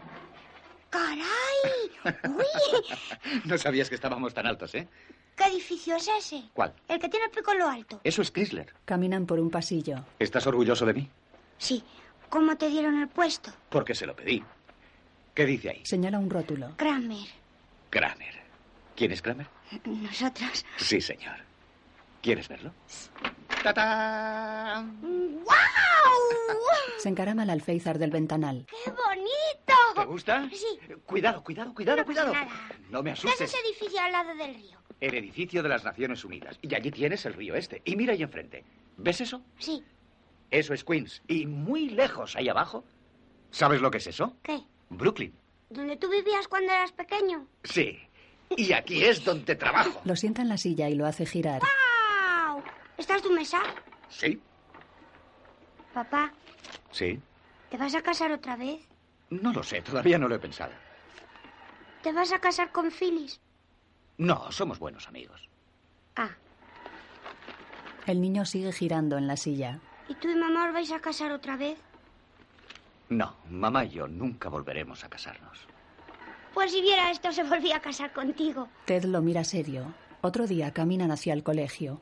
S4: ¡Caray! ¡Uy!
S5: (laughs) No sabías que estábamos tan altos, ¿eh?
S4: ¿Qué edificio es ese?
S5: ¿Cuál?
S4: El que tiene el pico en lo alto.
S5: Eso es Chrysler.
S2: Caminan por un pasillo.
S5: ¿Estás orgulloso de mí?
S4: Sí. ¿Cómo te dieron el puesto?
S5: Porque se lo pedí. ¿Qué dice ahí?
S2: Señala un rótulo.
S4: Kramer.
S5: Kramer. ¿Quién es Kramer?
S4: Nosotras.
S5: Sí, señor. ¿Quieres verlo?
S4: ¡Tatán! ¡Wow!
S2: Se encarama al alféizar del ventanal.
S4: ¡Qué bonito!
S5: ¿Te gusta?
S4: Sí.
S5: Cuidado, cuidado, cuidado,
S4: No pasa
S5: cuidado.
S4: nada.
S5: No me
S4: ¿Qué es
S5: asustes.
S4: ese edificio al lado del río?
S5: El edificio de las Naciones Unidas. Y allí tienes el río este. Y mira ahí enfrente. ¿Ves eso?
S4: Sí.
S5: Eso es Queens. Y muy lejos, ahí abajo. ¿Sabes lo que es eso?
S4: ¿Qué?
S5: Brooklyn.
S4: ¿Dónde tú vivías cuando eras pequeño?
S5: Sí. Y aquí es donde trabajo.
S2: Lo sienta en la silla y lo hace girar.
S4: ¡Wow! ¿Esta es tu mesa?
S5: ¿Sí?
S4: Papá,
S5: Sí.
S4: ¿te vas a casar otra vez?
S5: No lo sé, todavía no lo he pensado.
S4: ¿Te vas a casar con Phyllis?
S5: No, somos buenos amigos.
S4: Ah,
S2: El niño sigue girando en la silla.
S4: ¿y tú y mamá os vais a casar otra vez?
S5: No, mamá y yo nunca volveremos a casarnos.
S4: Pues si viera esto, se volvía a casar contigo.
S2: Ted lo mira serio. Otro día caminan hacia el colegio.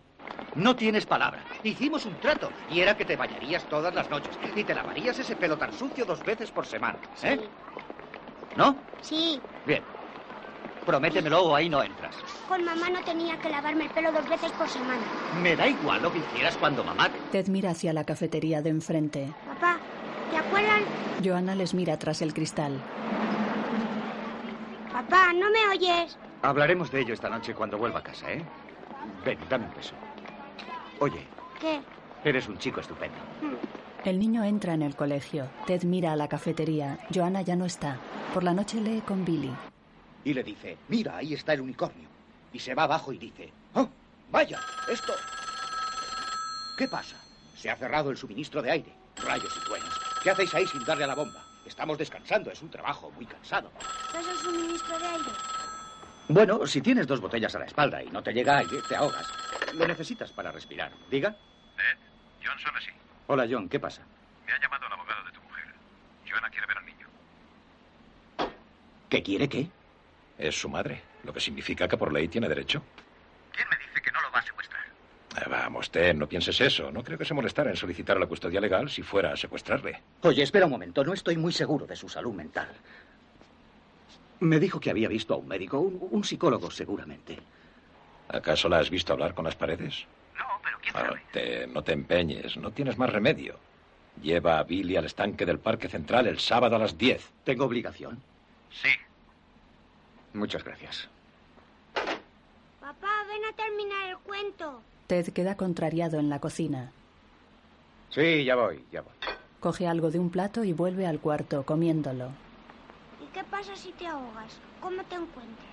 S5: No tienes palabra. Hicimos un trato y era que te bañarías todas las noches y te lavarías ese pelo tan sucio dos veces por semana. ¿Eh? ¿No?
S4: Sí,
S5: Bien. Prométemelo o ahí no entras.
S4: con mamá no tenía que lavarme el pelo dos veces por semana.
S5: Me da igual lo que hicieras cuando mamá. te-
S2: Ted mira hacia la cafetería de enfrente.
S4: Papá, ¿te acuerdas?
S2: Joanna les mira tras el cristal.
S4: Papá, ¿no me oyes?
S5: Hablaremos de ello esta noche cuando vuelva a casa, ¿eh? Ven, dame un beso. Oye,
S4: ¿Qué?
S5: eres un chico estupendo.
S2: El niño entra en el colegio. Ted mira a la cafetería. Joanna ya no está. Por la noche lee con Billy.
S5: Y le dice, mira, ahí está el unicornio. Y se va abajo y dice, oh, vaya, esto... ¿Qué pasa? Se ha cerrado el suministro de aire. Rayos y truenos. ¿Qué hacéis ahí sin darle a la bomba? Estamos descansando, es un trabajo muy cansado.
S4: ¿No es el suministro de aire?
S5: Bueno, si tienes dos botellas a la espalda y no te llega aire, te ahogas. Lo necesitas para respirar. Diga.
S7: Johnson así.
S5: Hola, John, ¿qué pasa?
S7: Me ha llamado el abogado de tu mujer. Joana quiere ver al niño.
S5: ¿Qué quiere qué?
S11: Es su madre, lo que significa que por ley tiene derecho.
S7: ¿Quién me dice que no lo va a secuestrar?
S11: Ah, Vamos, Ted, no pienses eso. No creo que se molestara en solicitar la custodia legal si fuera a secuestrarle.
S5: Oye, espera un momento, no estoy muy seguro de su salud mental. Me dijo que había visto a un médico, un, un psicólogo seguramente.
S11: ¿Acaso la has visto hablar con las paredes? No, pero ¿quién no te empeñes, no tienes más remedio. Lleva a Billy al estanque del Parque Central el sábado a las 10.
S5: ¿Tengo obligación?
S7: Sí.
S5: Muchas gracias.
S4: Papá, ven a terminar el cuento.
S2: Ted queda contrariado en la cocina.
S5: Sí, ya voy, ya voy.
S2: Coge algo de un plato y vuelve al cuarto comiéndolo.
S4: ¿Y qué pasa si te ahogas? ¿Cómo te encuentras?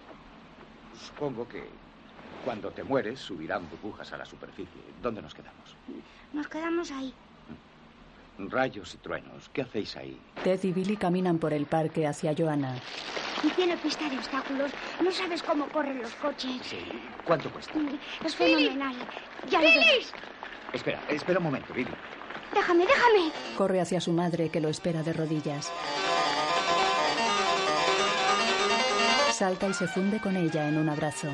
S5: Supongo que cuando te mueres subirán burbujas a la superficie. ¿Dónde nos quedamos?
S4: Nos quedamos ahí.
S5: Rayos y truenos, ¿qué hacéis ahí?
S2: Ted y Billy caminan por el parque hacia Joanna.
S4: Y tiene pista de obstáculos. No sabes cómo corren los coches.
S5: Sí. ¿Cuánto cuesta?
S4: Es fenomenal. Ya lo verás.
S5: Espera, espera un momento, Billy.
S4: Déjame, déjame.
S2: Corre hacia su madre que lo espera de rodillas. Salta y se funde con ella en un abrazo.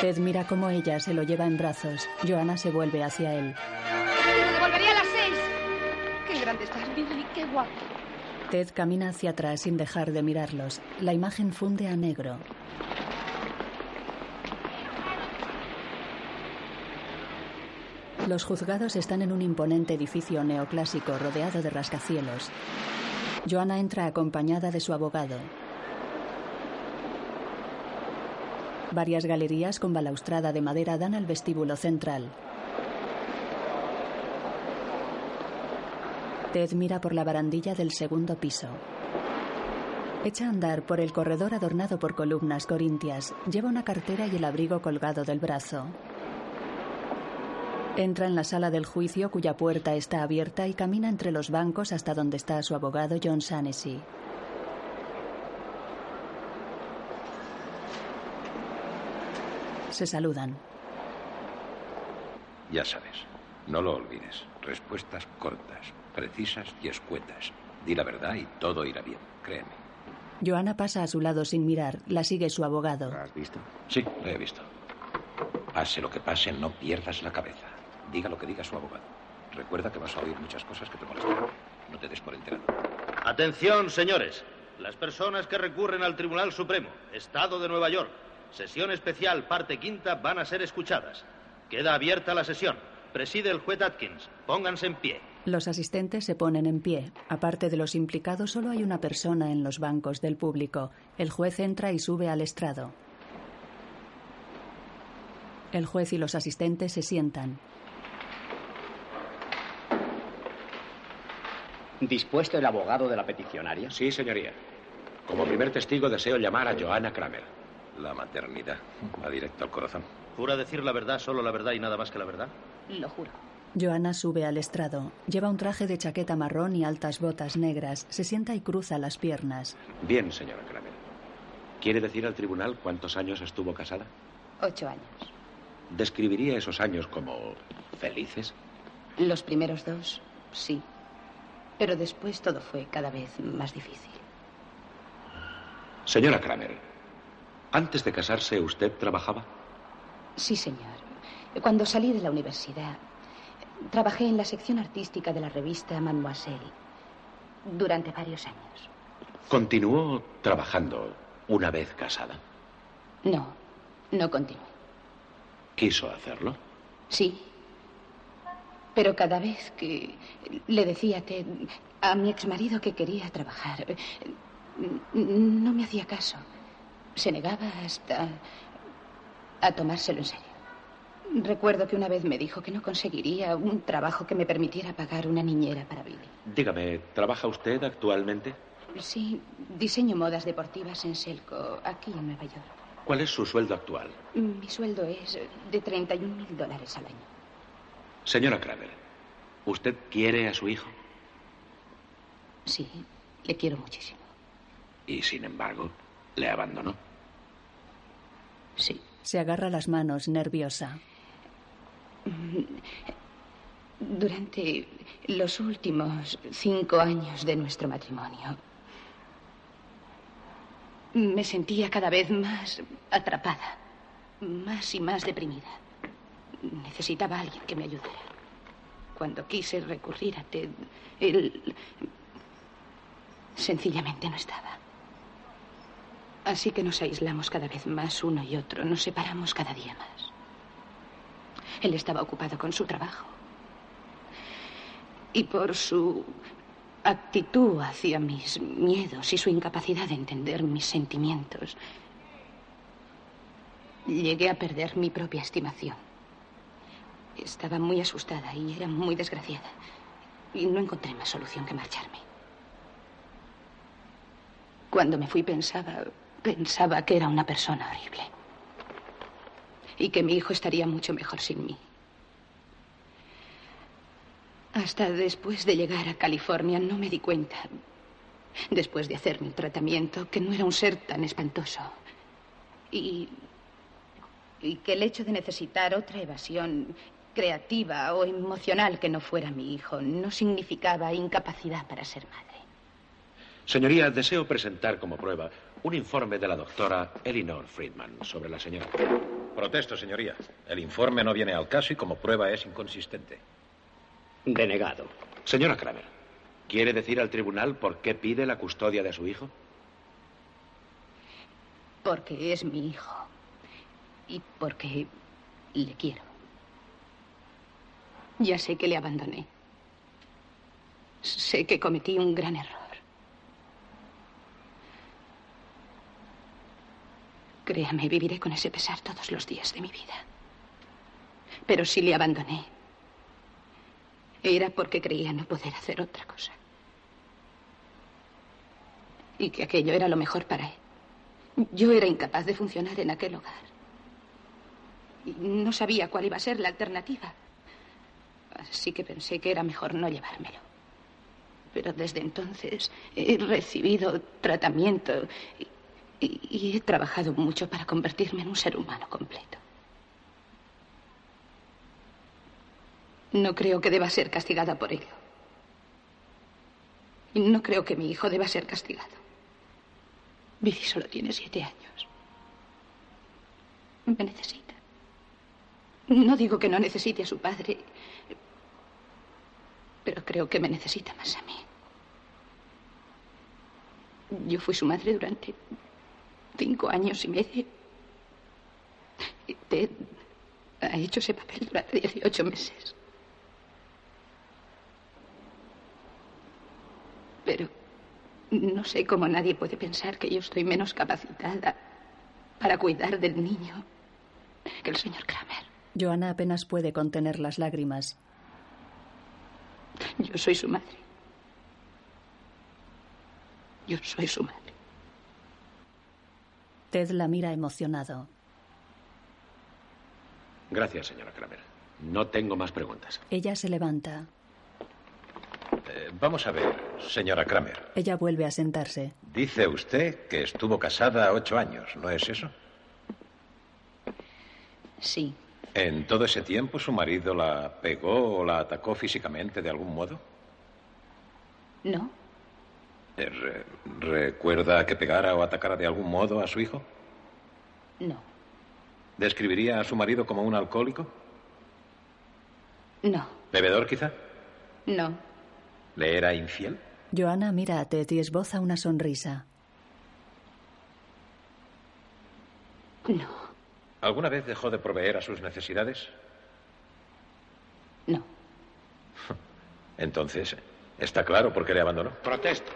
S2: Ted mira cómo ella se lo lleva en brazos. Joanna se vuelve hacia él.
S3: Volvería a las seis. Qué grande estás, Billy. Qué guapo.
S2: Ted camina hacia atrás sin dejar de mirarlos. La imagen funde a negro. Los juzgados están en un imponente edificio neoclásico rodeado de rascacielos. Joanna entra acompañada de su abogado. Varias galerías con balaustrada de madera dan al vestíbulo central. Ted mira por la barandilla del segundo piso. Echa a andar por el corredor adornado por columnas corintias. Lleva una cartera y el abrigo colgado del brazo. Entra en la sala del juicio cuya puerta está abierta y camina entre los bancos hasta donde está su abogado John Sanesi. Se saludan.
S11: Ya sabes, no lo olvides. Respuestas cortas, precisas y escuetas. Di la verdad y todo irá bien, créeme.
S2: Joana pasa a su lado sin mirar. La sigue su abogado.
S5: ¿Has visto?
S11: Sí, lo he visto. Pase lo que pase, no pierdas la cabeza. Diga lo que diga su abogado. Recuerda que vas a oír muchas cosas que te molestarán. No te des por enterado.
S18: Atención, señores. Las personas que recurren al Tribunal Supremo, Estado de Nueva York, sesión especial, parte quinta, van a ser escuchadas. Queda abierta la sesión. Preside el juez Atkins. Pónganse en pie.
S2: Los asistentes se ponen en pie. Aparte de los implicados, solo hay una persona en los bancos del público. El juez entra y sube al estrado. El juez y los asistentes se sientan.
S19: ¿Dispuesto el abogado de la peticionaria?
S11: Sí, señoría. Como primer testigo deseo llamar a Joanna Kramer. La maternidad. Va directo al corazón.
S18: ¿Jura decir la verdad, solo la verdad y nada más que la verdad?
S9: Lo juro.
S2: Joana sube al estrado. Lleva un traje de chaqueta marrón y altas botas negras. Se sienta y cruza las piernas.
S5: Bien, señora Kramer. ¿Quiere decir al tribunal cuántos años estuvo casada?
S9: Ocho años.
S5: ¿Describiría esos años como felices?
S9: Los primeros dos, sí. Pero después todo fue cada vez más difícil.
S11: Señora Kramer, ¿antes de casarse usted trabajaba?
S9: Sí, señor. Cuando salí de la universidad, trabajé en la sección artística de la revista Mademoiselle durante varios años.
S11: ¿Continuó trabajando una vez casada?
S9: No, no continué.
S11: ¿Quiso hacerlo?
S9: Sí. Pero cada vez que le decía a Ted, a mi exmarido que quería trabajar, no me hacía caso. Se negaba hasta a tomárselo en serio. Recuerdo que una vez me dijo que no conseguiría un trabajo que me permitiera pagar una niñera para Billy.
S5: Dígame, ¿trabaja usted actualmente?
S9: Sí, diseño modas deportivas en Selco, aquí en Nueva York.
S5: ¿Cuál es su sueldo actual?
S9: Mi sueldo es de 31 mil dólares al año.
S11: Señora Kramer, ¿usted quiere a su hijo?
S9: Sí, le quiero muchísimo.
S11: Y sin embargo, le abandonó.
S9: Sí.
S2: Se agarra las manos, nerviosa.
S9: Durante los últimos cinco años de nuestro matrimonio, me sentía cada vez más atrapada, más y más deprimida. Necesitaba a alguien que me ayudara. Cuando quise recurrir a Ted, él sencillamente no estaba. Así que nos aislamos cada vez más uno y otro, nos separamos cada día más. Él estaba ocupado con su trabajo. Y por su actitud hacia mis miedos y su incapacidad de entender mis sentimientos, llegué a perder mi propia estimación. Estaba muy asustada y era muy desgraciada. Y no encontré más solución que marcharme. Cuando me fui pensaba, pensaba que era una persona horrible. Y que mi hijo estaría mucho mejor sin mí. Hasta después de llegar a California no me di cuenta, después de hacer mi tratamiento, que no era un ser tan espantoso. Y, y que el hecho de necesitar otra evasión creativa o emocional que no fuera mi hijo no significaba incapacidad para ser madre.
S11: Señoría, deseo presentar como prueba un informe de la doctora Elinor Friedman sobre la señora. Protesto, señoría. El informe no viene al caso y como prueba es inconsistente.
S19: Denegado.
S11: Señora Kramer, ¿quiere decir al tribunal por qué pide la custodia de su hijo?
S9: Porque es mi hijo. Y porque le quiero. Ya sé que le abandoné. Sé que cometí un gran error. Créame, viviré con ese pesar todos los días de mi vida. Pero si le abandoné, era porque creía no poder hacer otra cosa. Y que aquello era lo mejor para él. Yo era incapaz de funcionar en aquel hogar. Y no sabía cuál iba a ser la alternativa. Así que pensé que era mejor no llevármelo. Pero desde entonces he recibido tratamiento y, y he trabajado mucho para convertirme en un ser humano completo. No creo que deba ser castigada por ello. Y no creo que mi hijo deba ser castigado. Billy solo tiene siete años. Me necesita. No digo que no necesite a su padre, pero creo que me necesita más a mí. Yo fui su madre durante cinco años y medio. Ted ha hecho ese papel durante 18 meses. Pero no sé cómo nadie puede pensar que yo estoy menos capacitada para cuidar del niño que el señor Kramer.
S2: Joana apenas puede contener las lágrimas.
S9: Yo soy su madre. Yo soy su madre.
S2: Ted la mira emocionado.
S11: Gracias, señora Kramer. No tengo más preguntas.
S2: Ella se levanta.
S11: Eh, vamos a ver, señora Kramer.
S2: Ella vuelve a sentarse.
S11: Dice usted que estuvo casada ocho años, ¿no es eso?
S9: Sí.
S11: ¿En todo ese tiempo su marido la pegó o la atacó físicamente de algún modo?
S9: No.
S11: Eh, re- ¿Recuerda que pegara o atacara de algún modo a su hijo?
S9: No.
S11: ¿Describiría a su marido como un alcohólico?
S9: No.
S11: ¿Bebedor, quizá?
S9: No.
S11: ¿Le era infiel?
S2: Joana mira a Ted y esboza una sonrisa.
S9: No.
S11: ¿Alguna vez dejó de proveer a sus necesidades?
S9: No.
S11: (laughs) Entonces, está claro por qué le abandonó.
S5: Protesto.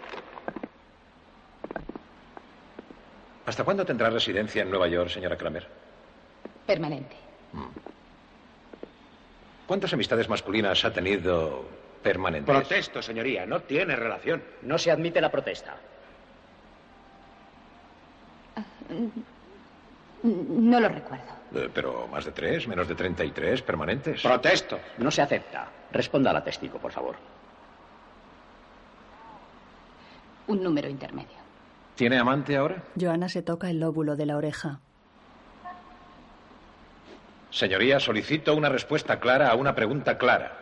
S11: ¿Hasta cuándo tendrá residencia en Nueva York, señora Kramer?
S9: Permanente.
S11: ¿Cuántas amistades masculinas ha tenido permanentes?
S5: Protesto, señoría. No tiene relación.
S19: No se admite la protesta.
S9: No lo recuerdo.
S11: Eh, Pero más de tres, menos de 33 permanentes.
S19: Protesto. No se acepta. Responda a la testigo, por favor.
S9: Un número intermedio.
S11: ¿Tiene amante ahora?
S2: Joana se toca el lóbulo de la oreja.
S11: Señoría, solicito una respuesta clara a una pregunta clara.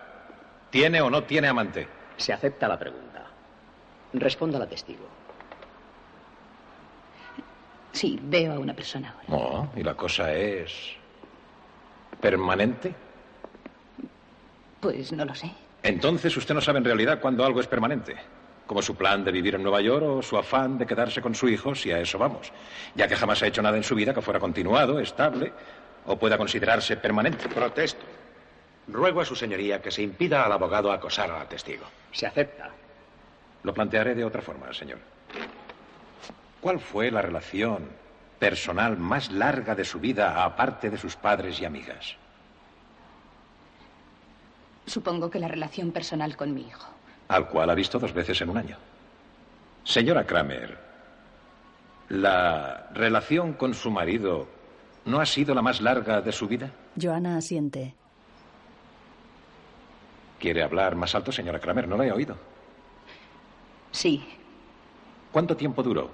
S11: ¿Tiene o no tiene amante?
S19: Se acepta la pregunta. Responda la testigo.
S9: Sí, veo a una persona ahora.
S11: No, Oh, y la cosa es... ¿Permanente?
S9: Pues no lo sé.
S11: Entonces usted no sabe en realidad cuándo algo es permanente. Como su plan de vivir en Nueva York o su afán de quedarse con su hijo, si a eso vamos. Ya que jamás ha hecho nada en su vida que fuera continuado, estable o pueda considerarse permanente.
S5: Protesto. Ruego a su señoría que se impida al abogado acosar a la testigo.
S19: Se acepta.
S11: Lo plantearé de otra forma, señor. ¿Cuál fue la relación personal más larga de su vida aparte de sus padres y amigas?
S9: Supongo que la relación personal con mi hijo.
S11: al cual ha visto dos veces en un año. Señora Kramer, ¿la relación con su marido no ha sido la más larga de su vida?
S2: Joana asiente.
S11: ¿Quiere hablar más alto, señora Kramer? No la he oído.
S9: Sí,
S11: ¿Cuánto tiempo duró?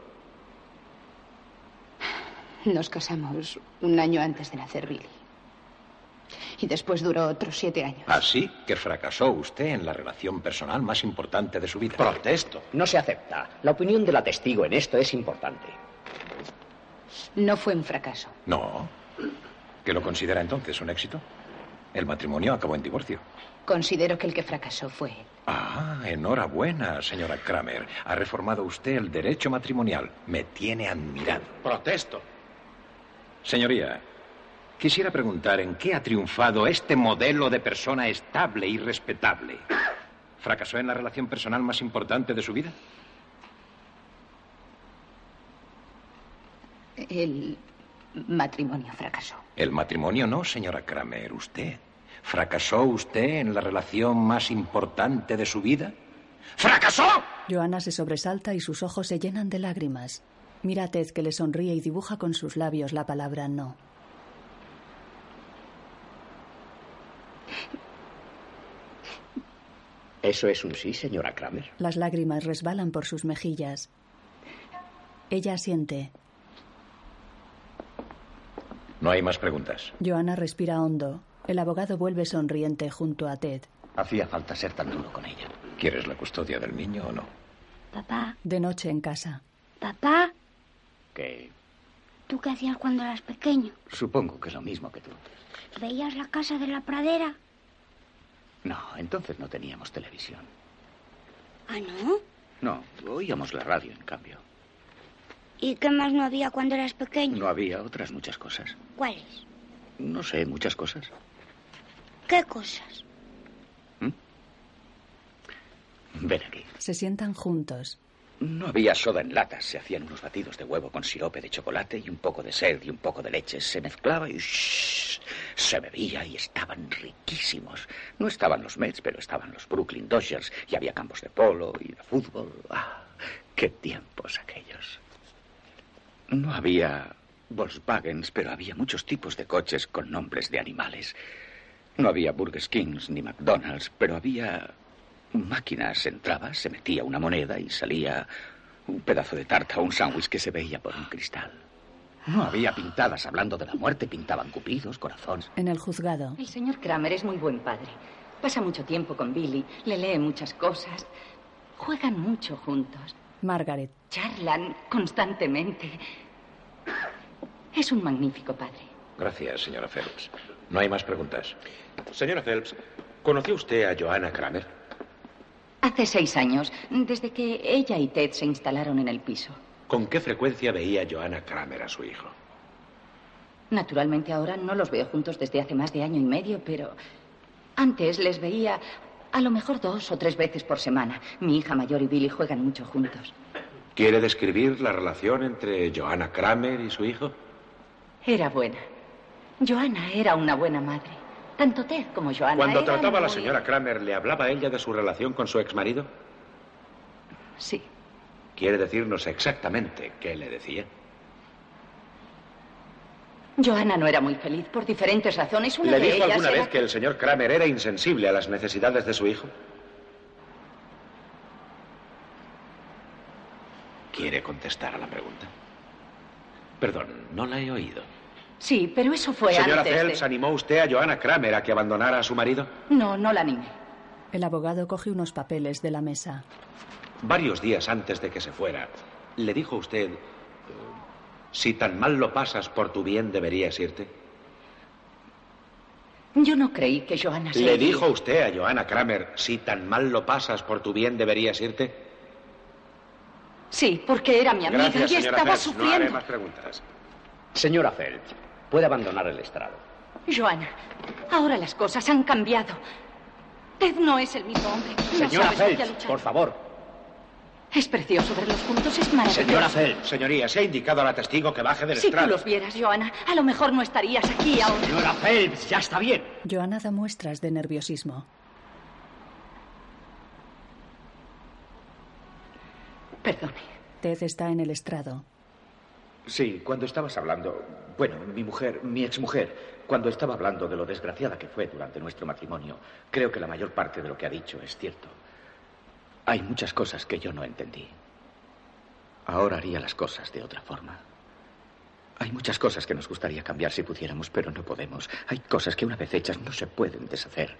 S9: nos casamos un año antes de nacer Billy. Y después duró otros siete años.
S11: Así que fracasó usted en la relación personal más importante de su vida. Protesto.
S19: No se acepta. La opinión de la testigo en esto es importante.
S9: No fue un fracaso.
S11: No. ¿Qué lo considera entonces un éxito? El matrimonio acabó en divorcio.
S9: Considero que el que fracasó fue él.
S11: Ah, enhorabuena, señora Kramer. Ha reformado usted el derecho matrimonial. Me tiene admirado.
S5: Protesto.
S11: Señoría, quisiera preguntar en qué ha triunfado este modelo de persona estable y respetable. ¿Fracasó en la relación personal más importante de su vida?
S9: El matrimonio fracasó.
S11: El matrimonio no, señora Kramer, usted. ¿Fracasó usted en la relación más importante de su vida? ¡Fracasó!
S2: Joana se sobresalta y sus ojos se llenan de lágrimas. Mira a Ted que le sonríe y dibuja con sus labios la palabra no.
S19: ¿Eso es un sí, señora Kramer?
S2: Las lágrimas resbalan por sus mejillas. Ella asiente.
S11: No hay más preguntas.
S2: Joana respira hondo. El abogado vuelve sonriente junto a Ted.
S5: Hacía falta ser tan duro con ella.
S11: ¿Quieres la custodia del niño o no?
S4: Papá,
S2: De noche en casa.
S4: papá,
S5: ¿Qué?
S4: ¿tú qué hacías cuando eras pequeño?
S5: Supongo que es lo mismo que tú.
S4: ¿Veías la casa de la pradera?
S5: No, entonces no teníamos televisión.
S4: Ah, ¿no?
S5: No, oíamos la radio, en cambio.
S4: ¿Y qué más no había cuando eras pequeño?
S5: No había otras muchas cosas.
S4: ¿Cuáles?
S5: No sé, muchas cosas.
S4: ¿Qué cosas?
S5: Ven aquí.
S2: Se sientan juntos.
S5: No había soda en latas. Se hacían unos batidos de huevo con sirope de chocolate y un poco de sed y un poco de leche. Se mezclaba y shhh, se bebía y estaban riquísimos. No estaban los Mets, pero estaban los Brooklyn Dodgers y había campos de polo y de fútbol. Ah, qué tiempos aquellos. No había Volkswagens, pero había muchos tipos de coches con nombres de animales. No había Burger Kings ni McDonald's, pero había máquinas. Entraba, se metía una moneda y salía un pedazo de tarta o un sándwich que se veía por un cristal. No había pintadas hablando de la muerte, pintaban cupidos, corazones.
S2: En el juzgado.
S3: El señor Kramer es muy buen padre. Pasa mucho tiempo con Billy, le lee muchas cosas. Juegan mucho juntos,
S2: Margaret.
S3: charlan constantemente. Es un magnífico padre.
S11: Gracias, señora Phelps. No hay más preguntas.
S16: Señora Phelps, ¿conoció usted a Joanna Kramer?
S3: Hace seis años, desde que ella y Ted se instalaron en el piso.
S16: ¿Con qué frecuencia veía Joanna Kramer a su hijo?
S3: Naturalmente ahora no los veo juntos desde hace más de año y medio, pero antes les veía a lo mejor dos o tres veces por semana. Mi hija mayor y Billy juegan mucho juntos.
S16: ¿Quiere describir la relación entre Joanna Kramer y su hijo?
S3: Era buena. Joana era una buena madre. Tanto Ted como Joana.
S16: Cuando
S3: eran
S16: trataba a la
S3: muy-
S16: señora Kramer, ¿le hablaba a ella de su relación con su exmarido?
S3: Sí.
S16: ¿Quiere decirnos exactamente qué le decía?
S3: Joana no era muy feliz por diferentes razones. Una
S16: ¿Le
S3: de
S16: dijo
S3: ellas
S16: alguna
S3: era-
S16: vez que el señor Kramer era insensible a las necesidades de su hijo? ¿Quiere contestar a la pregunta? Perdón, no la he oído.
S3: Sí, pero eso fue
S16: Señora
S3: Pues antes de-
S16: Phelps, ¿animó usted a Joanna Kramer a que abandonara a su marido?
S3: No, no la animé.
S2: El abogado coge unos papeles de la mesa.
S16: Varios días antes de que se fuera, le dijo usted, eh, si tan mal lo pasas por tu bien, deberías irte.
S3: Yo no creí que Joana se...
S16: ¿Le dijo usted a Joanna Kramer, si tan mal lo pasas por tu bien, deberías irte?
S3: Sí, porque era mi amiga
S16: Gracias,
S3: y
S16: señora
S3: estaba
S16: Phelps. No haré
S3: sufriendo.
S16: más preguntas.
S19: Señora Phelps, puede abandonar el estrado.
S3: Joana, ahora las cosas han cambiado. Ted no es el mismo hombre. No
S19: Señora
S3: sabes lo que ha
S19: Phelps,
S3: luchado.
S19: por favor.
S3: Es precioso verlos juntos, es maravilloso.
S16: Phelps. Señoría, se ha indicado a la testigo que baje del
S3: Si tú
S16: estrado.
S3: los vieras, Joana, a lo mejor no estarías aquí ahora.
S19: Señora Phelps, ya está bien.
S2: Joana da muestras de nerviosismo.
S20: Perdone.
S2: Ted está en el estrado.
S5: Sí, cuando estabas hablando. Bueno, mi mujer, mi exmujer, cuando estaba hablando de lo desgraciada que fue durante nuestro matrimonio, creo que la mayor parte de lo que ha dicho es cierto. Hay muchas cosas que yo no entendí. Ahora haría las cosas de otra forma. Hay muchas cosas que nos gustaría cambiar si pudiéramos, pero no podemos. Hay cosas que una vez hechas no se pueden deshacer.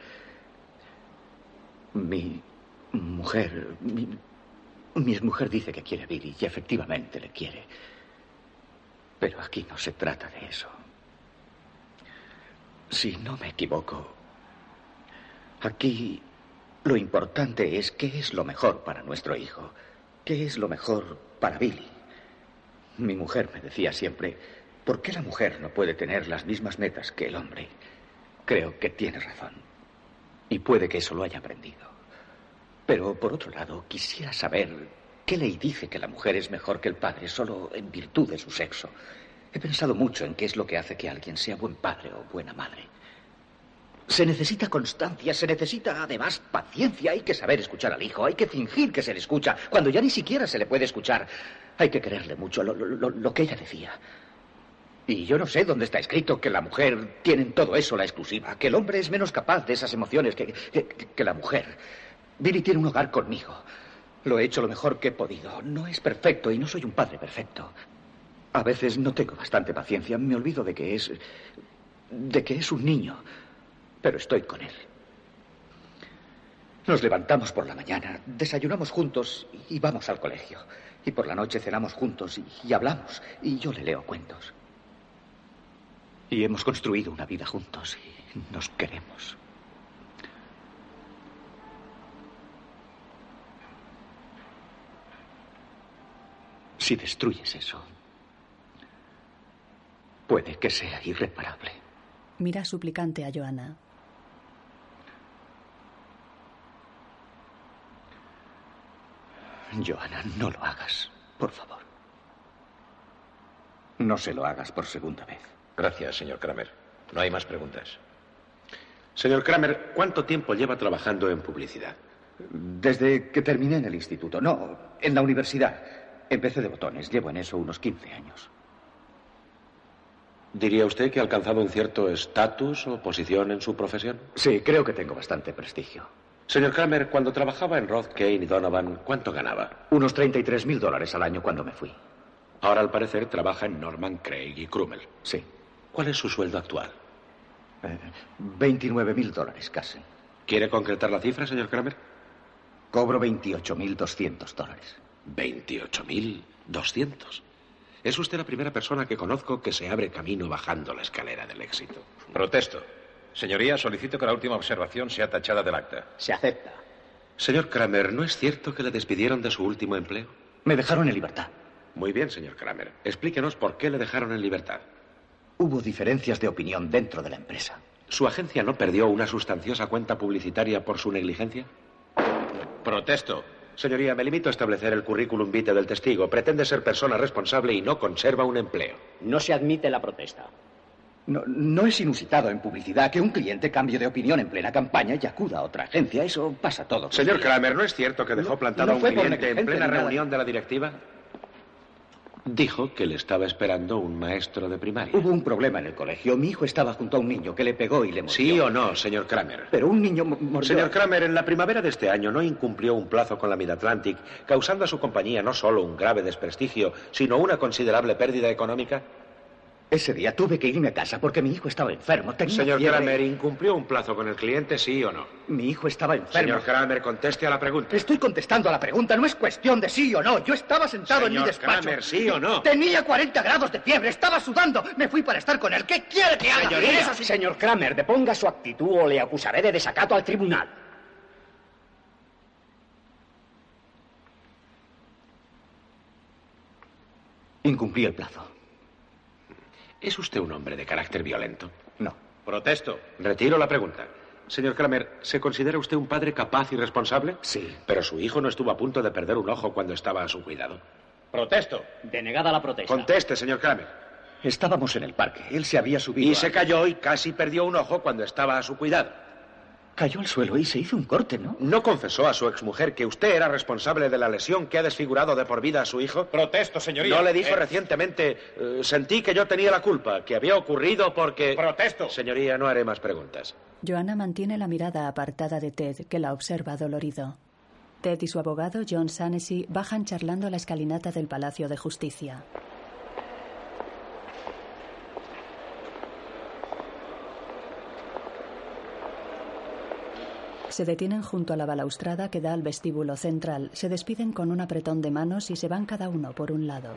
S5: Mi mujer, mi, mi exmujer dice que quiere a Billy y efectivamente le quiere. Pero aquí no se trata de eso. Si no me equivoco, aquí lo importante es qué es lo mejor para nuestro hijo, qué es lo mejor para Billy. Mi mujer me decía siempre, ¿por qué la mujer no puede tener las mismas metas que el hombre? Creo que tiene razón. Y puede que eso lo haya aprendido. Pero, por otro lado, quisiera saber ¿Qué ley dice que la mujer es mejor que el padre solo en virtud de su sexo? He pensado mucho en qué es lo que hace que alguien sea buen padre o buena madre. Se necesita constancia, se necesita además paciencia. Hay que saber escuchar al hijo, hay que fingir que se le escucha, cuando ya ni siquiera se le puede escuchar. Hay que quererle mucho, lo, lo, lo que ella decía. Y yo no sé dónde está escrito que la mujer tiene en todo eso la exclusiva, que el hombre es menos capaz de esas emociones que, que, que la mujer. Billy tiene un hogar conmigo. Lo he hecho lo mejor que he podido. No es perfecto y no soy un padre perfecto. A veces no tengo bastante paciencia. Me olvido de que es. de que es un niño. Pero estoy con él. Nos levantamos por la mañana, desayunamos juntos y vamos al colegio. Y por la noche cenamos juntos y, y hablamos. Y yo le leo cuentos. Y hemos construido una vida juntos y nos queremos. Si destruyes eso, puede que sea irreparable.
S2: Mira suplicante a Joana.
S5: Joana, no lo hagas, por favor. No se lo hagas por segunda vez.
S11: Gracias, señor Kramer. No hay más preguntas.
S5: Señor Kramer, ¿cuánto tiempo lleva trabajando en publicidad? Desde que terminé en el instituto. No, en la universidad. Empecé de botones. Llevo en eso unos 15 años.
S11: ¿Diría usted que ha alcanzado un cierto estatus o posición en su profesión?
S5: Sí, creo que tengo bastante prestigio.
S11: Señor Kramer, cuando trabajaba en Roth, Kane y Donovan, ¿cuánto ganaba?
S5: Unos 33 mil dólares al año cuando me fui.
S11: Ahora, al parecer, trabaja en Norman, Craig y Krummel.
S5: Sí.
S11: ¿Cuál es su sueldo actual?
S5: Eh, 29 mil dólares casi.
S11: ¿Quiere concretar la cifra, señor Kramer?
S5: Cobro 28.200 dólares.
S11: 28.200. Es usted la primera persona que conozco que se abre camino bajando la escalera del éxito. Protesto. Señoría, solicito que la última observación sea tachada del acta.
S21: Se acepta.
S11: Señor Kramer, ¿no es cierto que le despidieron de su último empleo?
S5: Me dejaron en libertad.
S11: Muy bien, señor Kramer. Explíquenos por qué le dejaron en libertad.
S5: Hubo diferencias de opinión dentro de la empresa.
S11: ¿Su agencia no perdió una sustanciosa cuenta publicitaria por su negligencia?
S5: Protesto.
S11: Señoría, me limito a establecer el currículum vitae del testigo. Pretende ser persona responsable y no conserva un empleo.
S21: No se admite la protesta.
S5: No, no, es inusitado en publicidad que un cliente cambie de opinión en plena campaña y acuda a otra agencia. Eso pasa todo.
S11: Señor Kramer, ¿no es cierto que dejó
S5: no,
S11: plantado
S5: no
S11: a un cliente en plena reunión de la directiva? Dijo que le estaba esperando un maestro de primaria.
S5: Hubo un problema en el colegio. Mi hijo estaba junto a un niño que le pegó y le mordió.
S11: ¿Sí o no, señor Kramer?
S5: Pero un niño mordió.
S11: Señor Kramer, en la primavera de este año no incumplió un plazo con la Mid-Atlantic, causando a su compañía no solo un grave desprestigio, sino una considerable pérdida económica.
S5: Ese día tuve que irme a casa porque mi hijo estaba enfermo. Tenía
S11: señor
S5: fiebre.
S11: Kramer, ¿incumplió un plazo con el cliente, sí o no?
S5: Mi hijo estaba enfermo.
S11: Señor Kramer, conteste a la pregunta.
S5: Estoy contestando a la pregunta, no es cuestión de sí o no. Yo estaba sentado
S11: señor
S5: en mi despacho.
S11: Kramer, sí o no.
S5: Tenía 40 grados de fiebre, estaba sudando. Me fui para estar con él. ¿Qué quiere que haga?
S21: Señoría. Eso sí. Señor Kramer, deponga su actitud o le acusaré de desacato al tribunal.
S5: Incumplí el plazo.
S11: ¿Es usted un hombre de carácter violento?
S5: No.
S11: Protesto. Retiro la pregunta. Señor Kramer, ¿se considera usted un padre capaz y responsable?
S5: Sí.
S11: Pero su hijo no estuvo a punto de perder un ojo cuando estaba a su cuidado. Protesto.
S21: Denegada la protesta.
S11: Conteste, señor Kramer.
S5: Estábamos en el parque. Él se había subido.
S11: Y
S5: a...
S11: se cayó y casi perdió un ojo cuando estaba a su cuidado.
S5: Cayó al suelo y se hizo un corte, ¿no?
S22: ¿No confesó a su exmujer que usted era responsable de la lesión que ha desfigurado de por vida a su hijo?
S23: Protesto, señoría.
S22: ¿No le dijo eh... recientemente, eh, sentí que yo tenía la culpa, que había ocurrido porque...
S23: Protesto.
S22: Señoría, no haré más preguntas.
S2: Joanna mantiene la mirada apartada de Ted, que la observa dolorido. Ted y su abogado, John Sanesi, bajan charlando la escalinata del Palacio de Justicia. Se detienen junto a la balaustrada que da al vestíbulo central, se despiden con un apretón de manos y se van cada uno por un lado.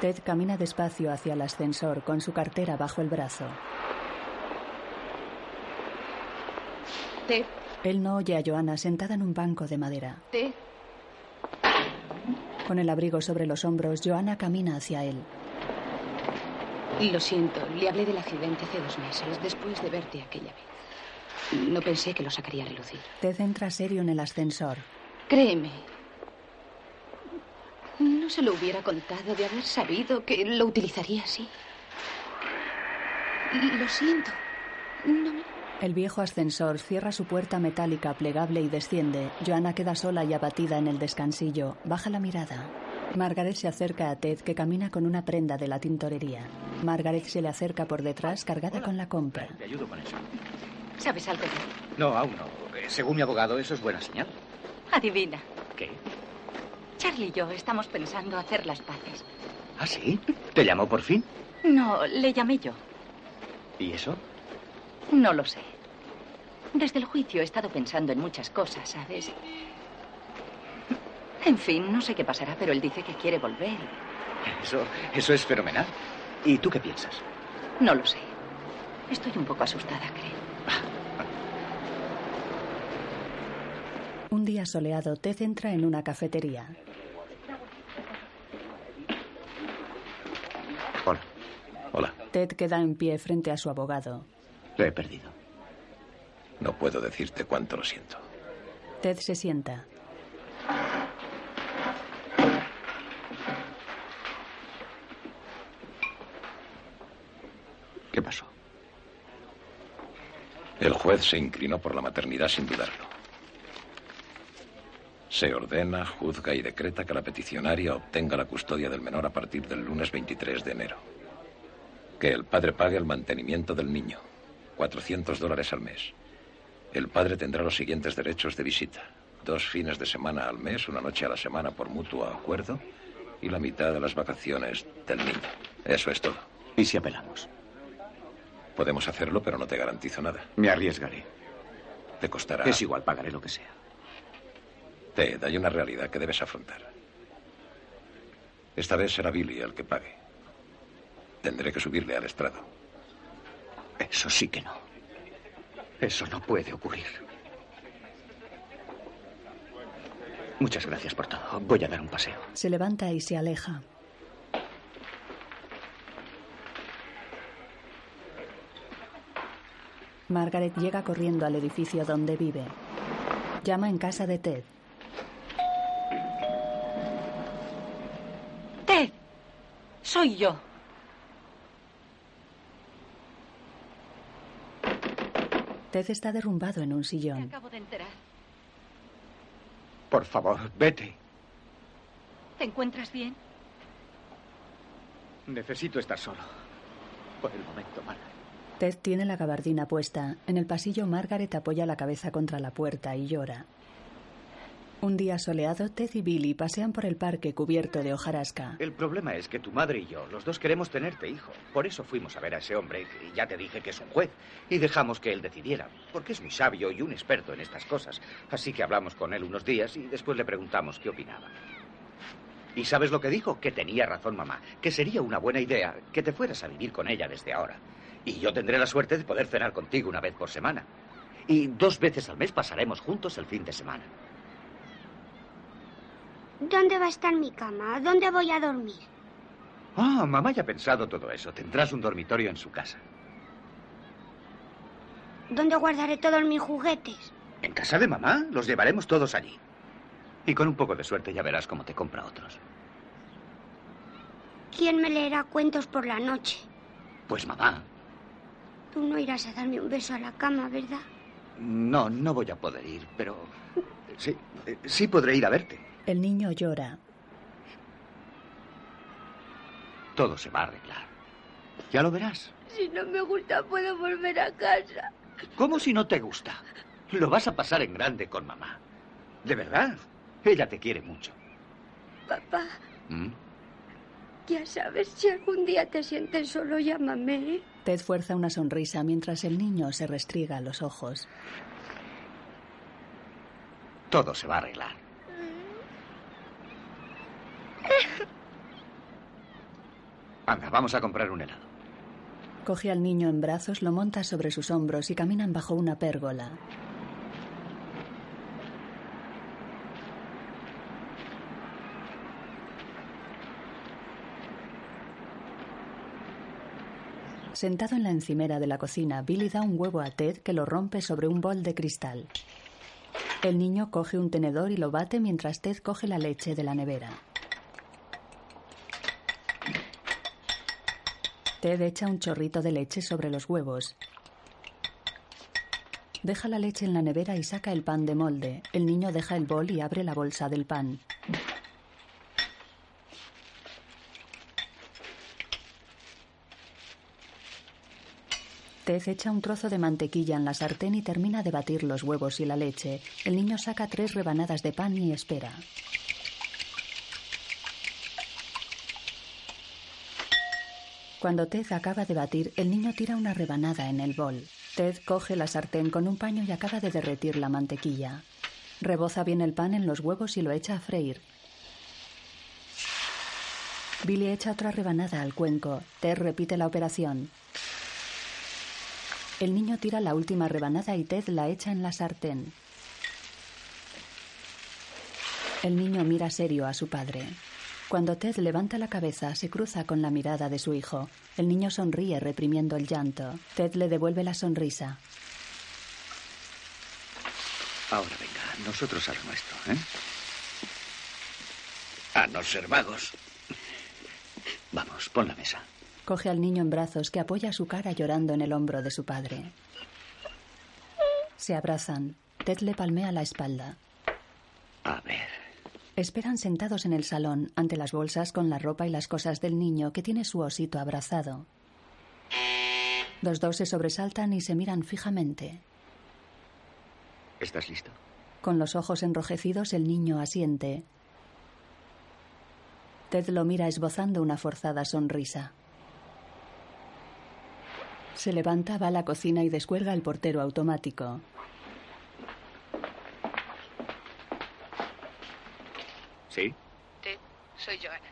S2: Ted camina despacio hacia el ascensor con su cartera bajo el brazo.
S3: Ted.
S2: Él no oye a Joana sentada en un banco de madera.
S3: Ted.
S2: Con el abrigo sobre los hombros, Joana camina hacia él.
S3: Lo siento, le hablé del accidente hace dos meses, después de verte aquella vez. No pensé que lo sacaría a relucir.
S2: Ted entra serio en el ascensor.
S3: Créeme. No se lo hubiera contado de haber sabido que lo utilizaría así. Lo siento. No me...
S2: El viejo ascensor cierra su puerta metálica plegable y desciende. Joana queda sola y abatida en el descansillo. Baja la mirada. Margaret se acerca a Ted, que camina con una prenda de la tintorería. Margaret se le acerca por detrás, cargada Hola. con la compra.
S5: Te ayudo con eso.
S3: ¿Sabes algo?
S5: No, aún no. Eh, Según mi abogado, eso es buena señal.
S3: Adivina.
S5: ¿Qué?
S3: Charlie y yo estamos pensando hacer las paces.
S5: ¿Ah, sí? ¿Te llamó por fin?
S3: No, le llamé yo.
S5: ¿Y eso?
S3: No lo sé. Desde el juicio he estado pensando en muchas cosas, ¿sabes? En fin, no sé qué pasará, pero él dice que quiere volver.
S5: Eso, eso es fenomenal. ¿Y tú qué piensas?
S3: No lo sé. Estoy un poco asustada, creo.
S2: Un día soleado, Ted entra en una cafetería.
S5: Hola. Hola.
S2: Ted queda en pie frente a su abogado.
S5: Lo he perdido.
S11: No puedo decirte cuánto lo siento.
S2: Ted se sienta.
S5: ¿Qué pasó?
S11: El juez se inclinó por la maternidad sin dudarlo. Se ordena, juzga y decreta que la peticionaria obtenga la custodia del menor a partir del lunes 23 de enero. Que el padre pague el mantenimiento del niño, 400 dólares al mes. El padre tendrá los siguientes derechos de visita. Dos fines de semana al mes, una noche a la semana por mutuo acuerdo y la mitad de las vacaciones del niño. Eso es todo.
S5: ¿Y si apelamos?
S11: Podemos hacerlo, pero no te garantizo nada.
S5: Me arriesgaré.
S11: Te costará.
S5: Es igual, pagaré lo que sea.
S11: Ted, hay una realidad que debes afrontar. Esta vez será Billy el que pague. Tendré que subirle al estrado.
S5: Eso sí que no. Eso no puede ocurrir. Muchas gracias por todo. Voy a dar un paseo.
S2: Se levanta y se aleja. Margaret llega corriendo al edificio donde vive. Llama en casa de Ted.
S3: Ted, soy yo.
S2: Ted está derrumbado en un sillón. Me
S3: acabo de enterar.
S5: Por favor, vete.
S3: ¿Te encuentras bien?
S5: Necesito estar solo. Por el momento, Margaret.
S2: Ted tiene la gabardina puesta. En el pasillo, Margaret apoya la cabeza contra la puerta y llora. Un día soleado, Ted y Billy pasean por el parque cubierto de hojarasca.
S5: El problema es que tu madre y yo, los dos queremos tenerte, hijo. Por eso fuimos a ver a ese hombre, y ya te dije que es un juez, y dejamos que él decidiera, porque es muy sabio y un experto en estas cosas. Así que hablamos con él unos días y después le preguntamos qué opinaba. ¿Y sabes lo que dijo? Que tenía razón mamá, que sería una buena idea que te fueras a vivir con ella desde ahora. Y yo tendré la suerte de poder cenar contigo una vez por semana. Y dos veces al mes pasaremos juntos el fin de semana.
S4: ¿Dónde va a estar mi cama? ¿Dónde voy a dormir?
S5: Ah, mamá ya ha pensado todo eso. Tendrás un dormitorio en su casa.
S4: ¿Dónde guardaré todos mis juguetes?
S5: En casa de mamá. Los llevaremos todos allí. Y con un poco de suerte ya verás cómo te compra otros.
S4: ¿Quién me leerá cuentos por la noche?
S5: Pues mamá.
S4: Tú no irás a darme un beso a la cama, ¿verdad?
S5: No, no voy a poder ir, pero sí, eh, sí podré ir a verte.
S2: El niño llora.
S5: Todo se va a arreglar. Ya lo verás.
S4: Si no me gusta, puedo volver a casa.
S5: ¿Cómo si no te gusta? Lo vas a pasar en grande con mamá. De verdad, ella te quiere mucho.
S4: Papá,
S5: ¿Mm?
S4: ya sabes, si algún día te sientes solo, llámame. ¿eh?
S2: Ted fuerza una sonrisa mientras el niño se restriega los ojos.
S5: Todo se va a arreglar. Anda, vamos a comprar un helado.
S2: Coge al niño en brazos, lo monta sobre sus hombros y caminan bajo una pérgola. Sentado en la encimera de la cocina, Billy da un huevo a Ted que lo rompe sobre un bol de cristal. El niño coge un tenedor y lo bate mientras Ted coge la leche de la nevera. Ted echa un chorrito de leche sobre los huevos. Deja la leche en la nevera y saca el pan de molde. El niño deja el bol y abre la bolsa del pan. Ted echa un trozo de mantequilla en la sartén y termina de batir los huevos y la leche. El niño saca tres rebanadas de pan y espera. Cuando Ted acaba de batir, el niño tira una rebanada en el bol. Ted coge la sartén con un paño y acaba de derretir la mantequilla. Reboza bien el pan en los huevos y lo echa a freír. Billy echa otra rebanada al cuenco. Ted repite la operación. El niño tira la última rebanada y Ted la echa en la sartén. El niño mira serio a su padre. Cuando Ted levanta la cabeza, se cruza con la mirada de su hijo. El niño sonríe reprimiendo el llanto. Ted le devuelve la sonrisa.
S5: Ahora venga, nosotros a lo nuestro, ¿eh?
S17: A no ser vagos.
S5: Vamos, pon la mesa.
S2: Coge al niño en brazos que apoya su cara llorando en el hombro de su padre. Se abrazan. Ted le palmea la espalda.
S5: A ver.
S2: Esperan sentados en el salón, ante las bolsas con la ropa y las cosas del niño que tiene su osito abrazado. Los dos se sobresaltan y se miran fijamente.
S5: ¿Estás listo?
S2: Con los ojos enrojecidos el niño asiente. Ted lo mira esbozando una forzada sonrisa. Se levanta, va a la cocina y descuelga el portero automático.
S5: ¿Sí?
S24: Ted, soy Joana.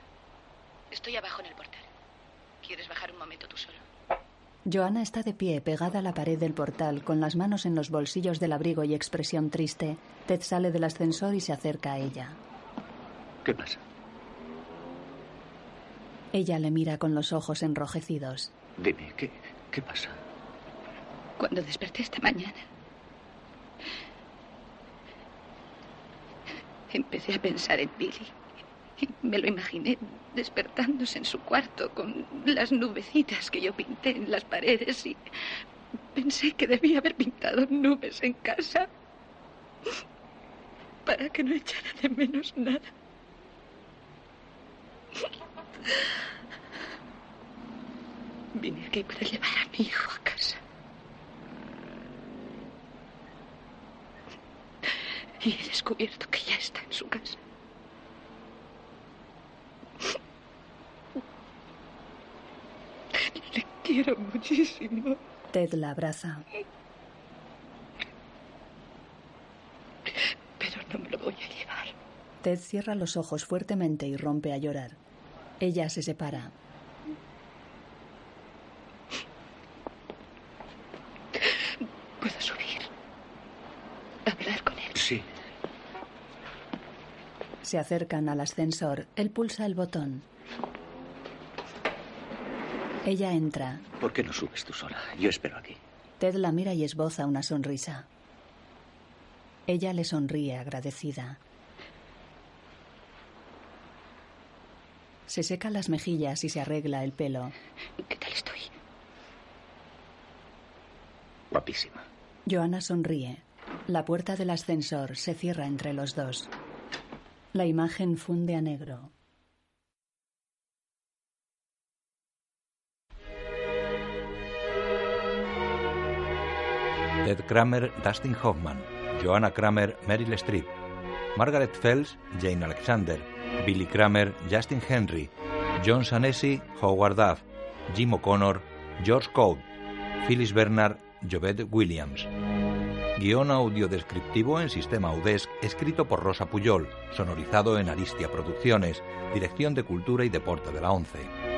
S24: Estoy abajo en el portal. ¿Quieres bajar un momento tú solo?
S2: Joana está de pie, pegada a la pared del portal, con las manos en los bolsillos del abrigo y expresión triste. Ted sale del ascensor y se acerca a ella.
S5: ¿Qué pasa?
S2: Ella le mira con los ojos enrojecidos.
S5: Dime, ¿qué, qué pasa?
S9: Cuando desperté esta mañana, Empecé a pensar en Billy. Me lo imaginé despertándose en su cuarto con las nubecitas que yo pinté en las paredes y pensé que debía haber pintado nubes pues, en casa para que no echara de menos nada. Vine aquí para llevar a mi hijo a casa. Y he descubierto que ya está en su casa. Le quiero muchísimo.
S2: Ted la abraza.
S9: Pero no me lo voy a llevar.
S2: Ted cierra los ojos fuertemente y rompe a llorar. Ella se separa.
S9: Puedo subir. Hablar con él.
S5: Sí,
S2: Se acercan al ascensor. Él pulsa el botón. Ella entra.
S5: ¿Por qué no subes tú sola? Yo espero aquí.
S2: Ted la mira y esboza una sonrisa. Ella le sonríe agradecida. Se seca las mejillas y se arregla el pelo.
S9: ¿Qué tal estoy?
S5: Guapísima.
S2: Joana sonríe. La puerta del ascensor se cierra entre los dos. La imagen funde a negro.
S1: Ted Kramer, Dustin Hoffman, Joanna Kramer, Meryl Streep, Margaret Fels, Jane Alexander, Billy Kramer, Justin Henry, John Sanesi, Howard Duff, Jim O'Connor, George Code, Phyllis Bernard, Jovette Williams. Guión audiodescriptivo en sistema UDESC, escrito por Rosa Puyol, sonorizado en Aristia Producciones, Dirección de Cultura y Deporte de la ONCE.